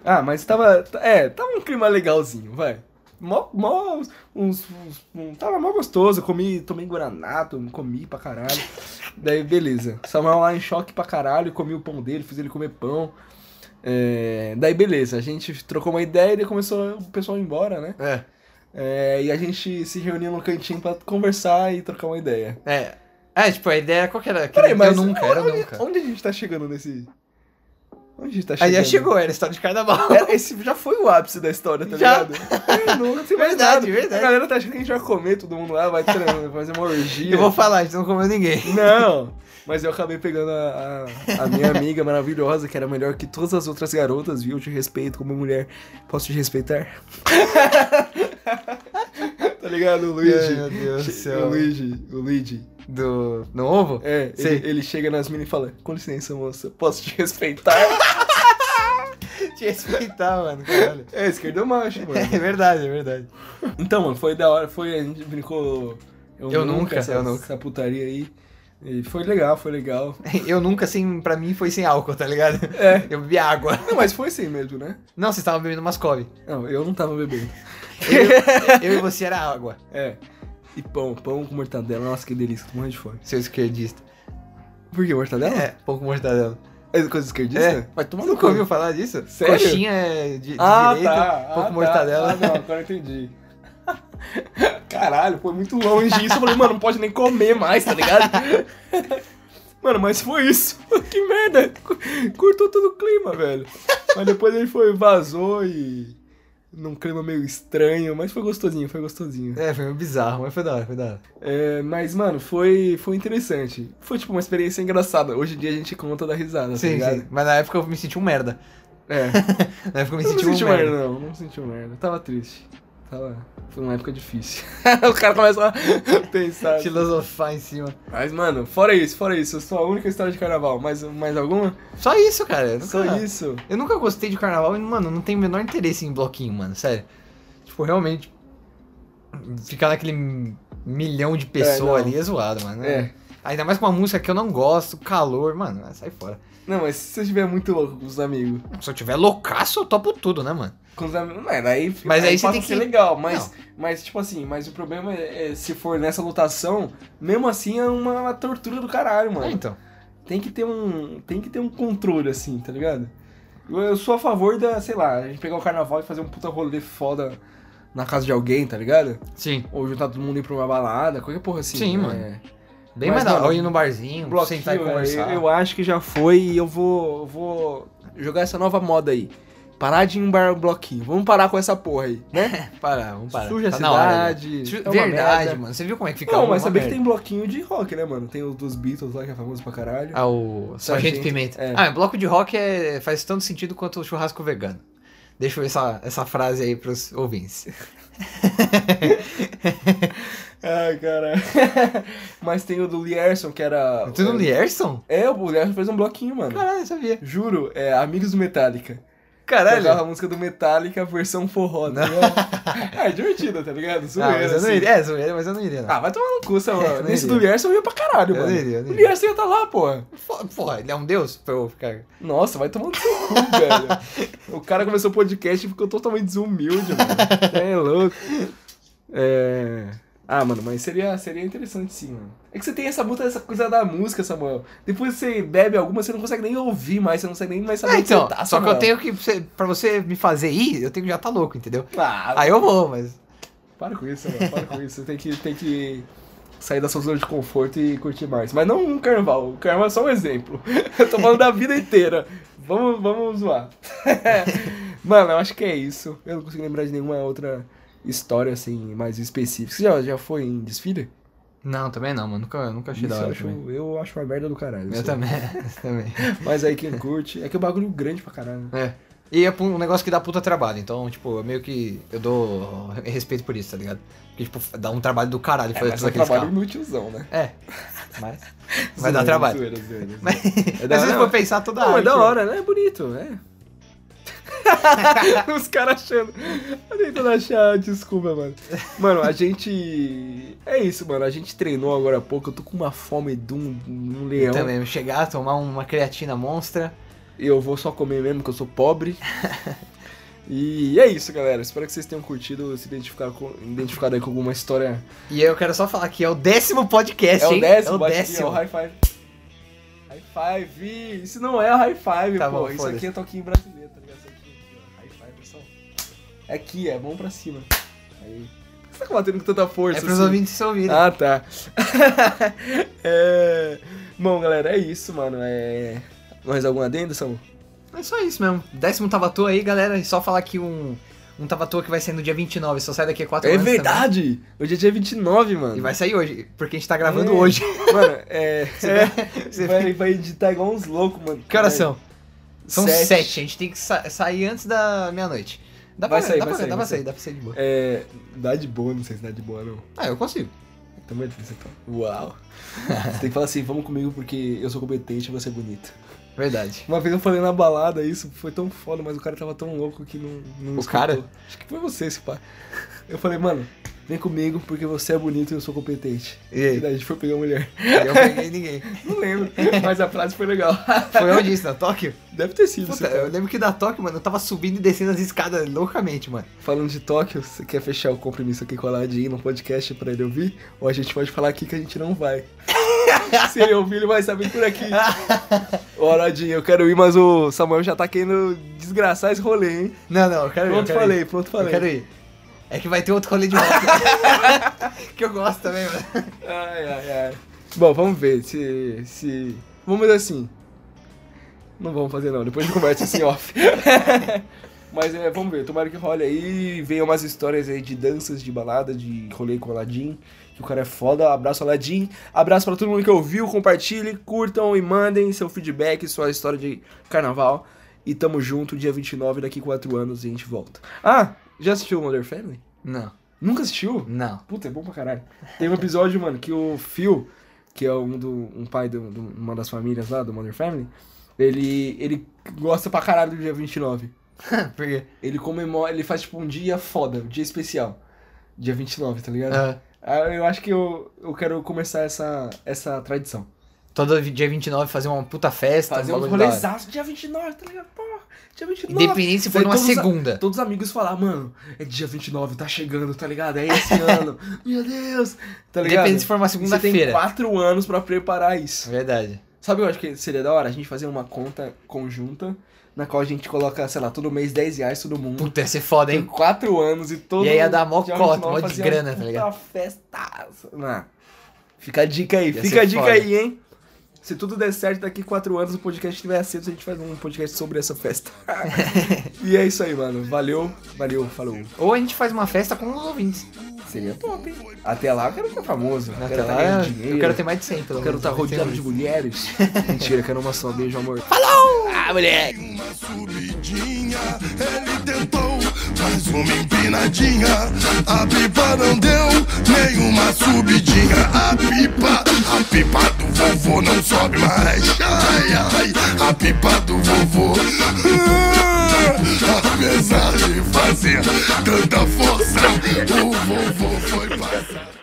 Speaker 3: Ah, mas tava. É, tava um clima legalzinho, vai. Mó, mó, uns, uns- um- tava mó gostoso, comi, tomei guaranato, comi pra caralho. Daí, beleza. Samuel lá em choque pra caralho, comi o pão dele, fiz ele comer pão. É, daí, beleza, a gente trocou uma ideia e daí começou o pessoal ir embora, né?
Speaker 4: É.
Speaker 3: É, e a gente se reuniu no cantinho pra conversar e trocar uma ideia.
Speaker 4: É. É, tipo, a ideia era qual que era? Que
Speaker 3: Peraí, mas
Speaker 4: eu nunca, era
Speaker 3: onde,
Speaker 4: nunca.
Speaker 3: onde a gente tá chegando nesse. Onde a gente tá
Speaker 4: Aí
Speaker 3: chegando?
Speaker 4: já chegou, era história de carnaval.
Speaker 3: Era- esse já foi o ápice da história, tá
Speaker 4: Já.
Speaker 3: ligado? É, não, não tem mais nada.
Speaker 4: Verdade, verdade.
Speaker 3: A galera tá achando que a gente vai comer todo mundo lá, vai tra- fazer uma orgia.
Speaker 4: Eu vou falar, a gente não comeu ninguém.
Speaker 3: Não! Mas eu acabei pegando a, a- a minha amiga maravilhosa, que era melhor que todas as outras garotas, viu? Eu te respeito como mulher. Posso te respeitar? tá ligado, o Luigi?
Speaker 4: Ai, meu Deus do céu.
Speaker 3: O Luigi, o Luigi.
Speaker 4: Do. No ovo?
Speaker 3: É,
Speaker 4: Sei.
Speaker 3: ele, ele chega nas minas e fala: Com licença, moça, posso te respeitar?
Speaker 4: Te respeitar, mano, caralho.
Speaker 3: é, esquerdo macho, mano.
Speaker 4: É verdade, é verdade.
Speaker 3: Então, mano, foi da hora, foi, a gente brincou.
Speaker 4: Eu nunca,
Speaker 3: essa,
Speaker 4: eu nunca.
Speaker 3: essa putaria aí. E foi legal, foi legal.
Speaker 4: Eu nunca, sem. Pra mim, foi sem álcool, tá ligado?
Speaker 3: É.
Speaker 4: Eu bebi água.
Speaker 3: Não, mas foi assim mesmo, né?
Speaker 4: Não, vocês estavam bebendo Mascov.
Speaker 3: Não, eu não tava bebendo.
Speaker 4: Eu e você era água,
Speaker 3: É. E pão, pão com mortadela, nossa, que delícia, tô morrendo de fome.
Speaker 4: seu esquerdista.
Speaker 3: Por que mortadela?
Speaker 4: É, pouco mortadela.
Speaker 3: É coisa esquerdista?
Speaker 4: É,
Speaker 3: vai tomar
Speaker 4: Você
Speaker 3: no
Speaker 4: nunca
Speaker 3: cu.
Speaker 4: ouviu falar disso?
Speaker 3: Sério?
Speaker 4: Coxinha é de, de
Speaker 3: Ah,
Speaker 4: direita, um
Speaker 3: tá.
Speaker 4: pouco
Speaker 3: ah,
Speaker 4: mortadela.
Speaker 3: Tá. Ah, não, agora eu entendi. Caralho, foi muito longe isso. Eu falei, mano, não pode nem comer mais, tá ligado? Mano, mas foi isso. Que merda. Curtou todo o clima, velho. Mas depois ele foi, vazou e. Num clima meio estranho, mas foi gostosinho, foi gostosinho.
Speaker 4: É, foi meio bizarro, mas foi da hora, foi da hora.
Speaker 3: É, mas, mano, foi, foi interessante. Foi, tipo, uma experiência engraçada. Hoje em dia a gente conta da risada, tá
Speaker 4: Sim,
Speaker 3: ligado?
Speaker 4: sim. Mas na época eu me senti um merda.
Speaker 3: É.
Speaker 4: Na época eu me
Speaker 3: Eu não
Speaker 4: senti
Speaker 3: senti
Speaker 4: um
Speaker 3: merda.
Speaker 4: merda.
Speaker 3: não. Não senti merda. Tava triste. Tava... Foi uma época difícil. o cara começa a pensar.
Speaker 4: Filosofar em cima.
Speaker 3: Mas, mano, fora isso, fora isso. Eu sou a única história de carnaval. Mais, mais alguma?
Speaker 4: Só isso, cara. Eu nunca,
Speaker 3: Só isso.
Speaker 4: Eu nunca gostei de carnaval e, mano, não tenho o menor interesse em bloquinho, mano. Sério. Tipo, realmente. Ficar naquele milhão de pessoas
Speaker 3: não.
Speaker 4: ali é zoado, mano.
Speaker 3: É.
Speaker 4: Ainda mais com uma música que eu não gosto, calor, mano. Sai fora.
Speaker 3: Não, mas se você estiver muito louco com os amigos.
Speaker 4: Se eu tiver loucaço, eu topo tudo, né, mano?
Speaker 3: Com os amigos. Mano, aí,
Speaker 4: Mas aí você
Speaker 3: passa
Speaker 4: tem
Speaker 3: a ser
Speaker 4: que-
Speaker 3: legal. Mas, mas, tipo assim, mas o problema é, é se for nessa lotação, mesmo assim é uma, uma tortura do caralho,
Speaker 4: Ah,
Speaker 3: mano.
Speaker 4: então.
Speaker 3: Tem que ter um. Tem que ter um controle, assim, tá ligado? Eu, eu sou a favor da, sei lá, a gente pegar o carnaval e fazer um puta rolê foda na casa de alguém, tá ligado?
Speaker 4: Sim.
Speaker 3: Ou juntar todo mundo e ir pra uma balada, qualquer porra assim.
Speaker 4: Sim,
Speaker 3: né?
Speaker 4: mano. Bem
Speaker 3: Mas,
Speaker 4: mais da hora.
Speaker 3: mano,
Speaker 4: Ou ir no barzinho,
Speaker 3: Bloquinho,
Speaker 4: sentar e
Speaker 3: é,
Speaker 4: conversar.
Speaker 3: Eu, eu acho que já foi e eu vou, eu vou jogar essa nova moda aí. Parar de ir em bar bloquinho. Vamos parar com essa porra aí, né?
Speaker 4: Parar, vamos parar.
Speaker 3: Suja a
Speaker 4: na hora, né?
Speaker 3: cidade,
Speaker 4: Su-
Speaker 3: é uma
Speaker 4: Verdade,
Speaker 3: merda.
Speaker 4: mano. Você viu como é que fica
Speaker 3: Não,
Speaker 4: uma
Speaker 3: mas sabia que tem
Speaker 4: merda.
Speaker 3: bloquinho de rock, né, mano? Tem o dos Beatles lá, que é famoso pra caralho.
Speaker 4: Ah, o Sargento
Speaker 3: Sargento,
Speaker 4: Pimenta.
Speaker 3: é.
Speaker 4: Ah, bloco de rock é- faz tanto sentido quanto o churrasco vegano. Deixa eu essa, essa frase aí pros ouvintes.
Speaker 3: É. Ai, caralho. mas tem o do Lierson, que era... um-
Speaker 4: Tudo no Lierson?
Speaker 3: É, o Lierson fez um bloquinho, mano.
Speaker 4: Caralho, eu sabia.
Speaker 3: Juro, é Amigos do Metallica. Tocava a
Speaker 4: Caralho.
Speaker 3: música do Metallica, versão forró, tá ligado? ah, é divertida, tá ligado?
Speaker 4: Ah, mas
Speaker 3: Zoeira,
Speaker 4: eu não
Speaker 3: assim.
Speaker 4: iria. É, zoeira, mas eu não iria. Não.
Speaker 3: Ah, vai tomar no cu,
Speaker 4: É, eu
Speaker 3: mano.
Speaker 4: não
Speaker 3: Nesse do
Speaker 4: iria.
Speaker 3: Lierson eu ia pra caralho,
Speaker 4: Eu não
Speaker 3: mano.
Speaker 4: iria, eu não
Speaker 3: o
Speaker 4: iria.
Speaker 3: Lierson ia tá lá, porra.
Speaker 4: Fo- Porra, ele é um deus pra eu ficar. É,
Speaker 3: Nossa, vai tomar no seu cu, velho. O cara começou o podcast e ficou totalmente desumilde, mano. Cê É louco. É... Ah, mano, mas seria, seria interessante sim, mano. É que você tem essa puta, essa coisa da música, Samuel. Depois você bebe alguma, você não consegue nem ouvir mais, você não consegue nem mais saber
Speaker 4: Ah, então.
Speaker 3: onde você tá,
Speaker 4: só que
Speaker 3: Samuel.
Speaker 4: eu tenho que. você- Pra você me fazer ir, eu tenho que já tá louco, entendeu?
Speaker 3: Ah,
Speaker 4: Aí eu vou, mas.
Speaker 3: Para com isso, mano. Para com isso. Você tem que, tem que sair da sua zona de conforto e curtir mais. Mas não um carnaval. O carnaval é só um exemplo. Eu tô falando da vida inteira. Vamos, vamos zoar. mano, eu acho que é isso. Eu não consigo lembrar de nenhuma outra história, assim, mais específica. Você já, já foi em desfile?
Speaker 4: Não, também não, mano. Nunca, nunca achei da
Speaker 3: Isso eu,
Speaker 4: hora.
Speaker 3: acho,
Speaker 4: também.
Speaker 3: eu acho uma merda do caralho.
Speaker 4: Eu
Speaker 3: isso.
Speaker 4: também. eu também.
Speaker 3: Mas aí quem curte... É que o bagulho é grande pra caralho. né?
Speaker 4: É. E é um negócio que dá puta trabalho, então, tipo, eu meio que eu dou respeito por isso, tá ligado? Porque, tipo, dá um trabalho do caralho
Speaker 3: É,
Speaker 4: fazer
Speaker 3: mas
Speaker 4: todos
Speaker 3: é um
Speaker 4: aqueles
Speaker 3: trabalho
Speaker 4: carros.
Speaker 3: inútilzão, né?
Speaker 4: É, mas vai dar trabalho.
Speaker 3: Zoeira, zoeira, zoeira.
Speaker 4: Mas,
Speaker 3: É da
Speaker 4: mas se
Speaker 3: hora,
Speaker 4: você for pensar toda
Speaker 3: Não,
Speaker 4: hora.
Speaker 3: é da hora, né? É bonito, é. Os caras achando. Eu Tentando achar desculpa, mano. Mano, a gente. É isso, mano. A gente treinou agora há pouco. Eu tô com uma fome de um, um leão.
Speaker 4: Também, chegar, tomar uma creatina monstra.
Speaker 3: Eu vou só comer mesmo, que eu sou pobre. E é isso, galera. Espero que vocês tenham curtido, se identificar com- identificado aí com alguma história.
Speaker 4: E eu quero só falar que é o décimo podcast,
Speaker 3: É o
Speaker 4: hein?
Speaker 3: décimo,
Speaker 4: é o
Speaker 3: bate aqui,
Speaker 4: décimo.
Speaker 3: ó, high five. High five! Isso não é high five,
Speaker 4: Tá
Speaker 3: pô.
Speaker 4: bom,
Speaker 3: isso
Speaker 4: foda-se.
Speaker 3: aqui é toquinho brasileiro, tá ligado? Isso aqui, ó, high five, pessoal. É aqui, é bom pra cima. Aí. Por que você tá batendo com tanta força?
Speaker 4: É pros
Speaker 3: assim?
Speaker 4: ouvintes se ouvirem.
Speaker 3: Ah, tá. É, Bom, galera, é isso, mano. É... Mais algum adendo, Samu?
Speaker 4: É só isso mesmo. Décimo Tavatu aí, galera. E só falar que um, um Tavatu que vai sair no dia 29, só sai daqui a 4
Speaker 3: É
Speaker 4: anos. também.
Speaker 3: verdade! Hoje é dia 29, mano.
Speaker 4: Tá E vai sair hoje, porque a gente tá gravando
Speaker 3: É.
Speaker 4: hoje.
Speaker 3: Mano, é. é,
Speaker 4: Você
Speaker 3: vai, vai editar igual uns loucos, mano.
Speaker 4: Que horas são? São
Speaker 3: Sete.
Speaker 4: sete. a gente tem que sa- sair antes da meia-noite. Dá
Speaker 3: Vai
Speaker 4: pra
Speaker 3: sair,
Speaker 4: dá
Speaker 3: vai
Speaker 4: pra,
Speaker 3: sair,
Speaker 4: dá
Speaker 3: vai
Speaker 4: pra
Speaker 3: sair.
Speaker 4: sair, dá pra sair de boa.
Speaker 3: É. Dá de boa, não sei se dá de boa, não.
Speaker 4: Ah, eu consigo.
Speaker 3: Tamo difícil, então. Uau! Você tem que falar assim, vamos comigo porque eu sou competente e você é bonito.
Speaker 4: Verdade.
Speaker 3: Uma vez eu falei na balada isso, foi tão foda, mas o cara tava tão louco que não. não
Speaker 4: O
Speaker 3: escutou.
Speaker 4: cara?
Speaker 3: Acho que foi você esse pá. Eu falei, mano, vem comigo porque você é bonito e eu sou competente.
Speaker 4: E aí?
Speaker 3: E daí a gente foi pegar a mulher.
Speaker 4: Eu peguei ninguém.
Speaker 3: Não lembro, mas a frase foi legal.
Speaker 4: Foi onde isso, na Tóquio?
Speaker 3: Deve ter sido. então.
Speaker 4: Puta,
Speaker 3: esse cara.
Speaker 4: eu lembro que da Tóquio, mano, eu tava subindo e descendo as escadas loucamente, mano.
Speaker 3: Falando de Tóquio, você quer fechar o compromisso aqui com a Ladinho no podcast pra ele ouvir? Ou a gente pode falar aqui que a gente não vai? Se ele ouvir, ele vai saber por aqui. Ó, Ladinho, eu quero ir, mas o Samuel já tá querendo desgraçar esse rolê, hein?
Speaker 4: Não, não, eu quero ir. eu
Speaker 3: Pronto,
Speaker 4: quero
Speaker 3: falei,
Speaker 4: ir.
Speaker 3: pronto,
Speaker 4: Eu
Speaker 3: falei.
Speaker 4: quero ir. É que vai ter outro rolê de moto. que eu gosto também, mano.
Speaker 3: Ai, ai, ai. Bom, vamos ver se. se... Vamos fazer assim. Não vamos fazer, não. Depois a gente conversa assim off. Mas é, vamos ver. Tomara que role aí. Venham umas histórias aí de danças, de balada, de rolê com o Aladdin. Que o cara é foda. Abraço, Aladdin. Abraço pra todo mundo que ouviu. Compartilhe, curtam e mandem seu feedback, sua história de carnaval. E tamo junto. Dia 29, daqui 4 anos, a gente volta. Ah, já assistiu o Mother Family?
Speaker 4: Não,
Speaker 3: Nunca assistiu?
Speaker 4: não.
Speaker 3: Puta, é bom pra caralho. Tem um episódio, mano, que o Phil, que é um, do, um pai de um- de uma das famílias lá, do Mother Family, ele, ele gosta pra caralho do dia 29.
Speaker 4: Por quê?
Speaker 3: Ele comemora, ele faz tipo um dia foda, um dia especial. Dia 29, tá ligado?
Speaker 4: Ah,
Speaker 3: Ah, Eu acho que eu, eu quero começar essa, essa tradição.
Speaker 4: todo dia 29 fazer Tá uma puta festa.
Speaker 3: Fazer um
Speaker 4: bagulho da hora.
Speaker 3: rolezaço dia 29, tá ligado? Porra, dia 29.
Speaker 4: Independente se for
Speaker 3: Daí
Speaker 4: numa
Speaker 3: todos a-
Speaker 4: segunda.
Speaker 3: Todos os amigos falar, mano, é dia 29, tá chegando, tá ligado? É esse ano. Meu Deus, tá ligado?
Speaker 4: Independente se for uma
Speaker 3: Você tem
Speaker 4: segunda-feira.
Speaker 3: quatro anos pra preparar isso.
Speaker 4: Verdade.
Speaker 3: Sabe, eu acho que seria da hora a gente fazer uma conta conjunta na qual a gente coloca, sei lá, todo mês 10 reais todo mundo.
Speaker 4: Puta, ia ser foda,
Speaker 3: Tem
Speaker 4: hein?
Speaker 3: quatro anos e todo
Speaker 4: E aí ia dar mó
Speaker 3: dia
Speaker 4: cota,
Speaker 3: 29
Speaker 4: mó
Speaker 3: fazia
Speaker 4: desgrana, tá
Speaker 3: puta
Speaker 4: ligado?
Speaker 3: festaça. Mano, fica a dica aí,
Speaker 4: Ia
Speaker 3: fica a
Speaker 4: ser
Speaker 3: dica
Speaker 4: foda.
Speaker 3: aí, hein? Se tudo der certo, daqui quatro anos o podcast estiver aceito, a gente faz um podcast sobre essa festa. e é isso aí, mano. Valeu, valeu, falou.
Speaker 4: Ou a gente faz uma festa com os ouvintes.
Speaker 3: Seria top, hein? Até lá eu quero ficar famoso.
Speaker 4: Na
Speaker 3: quero
Speaker 4: tela,
Speaker 3: tá ganhando dinheiro.
Speaker 4: eu quero tá ter mais de 100, pelo
Speaker 3: Eu quero estar rodeado de mulheres. Mentira, quero uma só. Beijo, amor.
Speaker 4: Ah, moleque!
Speaker 2: Uma subidinha, ele tentou, mais uma empinadinha, a pipa não deu, nenhuma subidinha, a pipa, a pipa do vovô não sobe mais, ai ai, a pipa do vovô. Ah, Apesar de fazer tanta força, o vovô foi passar.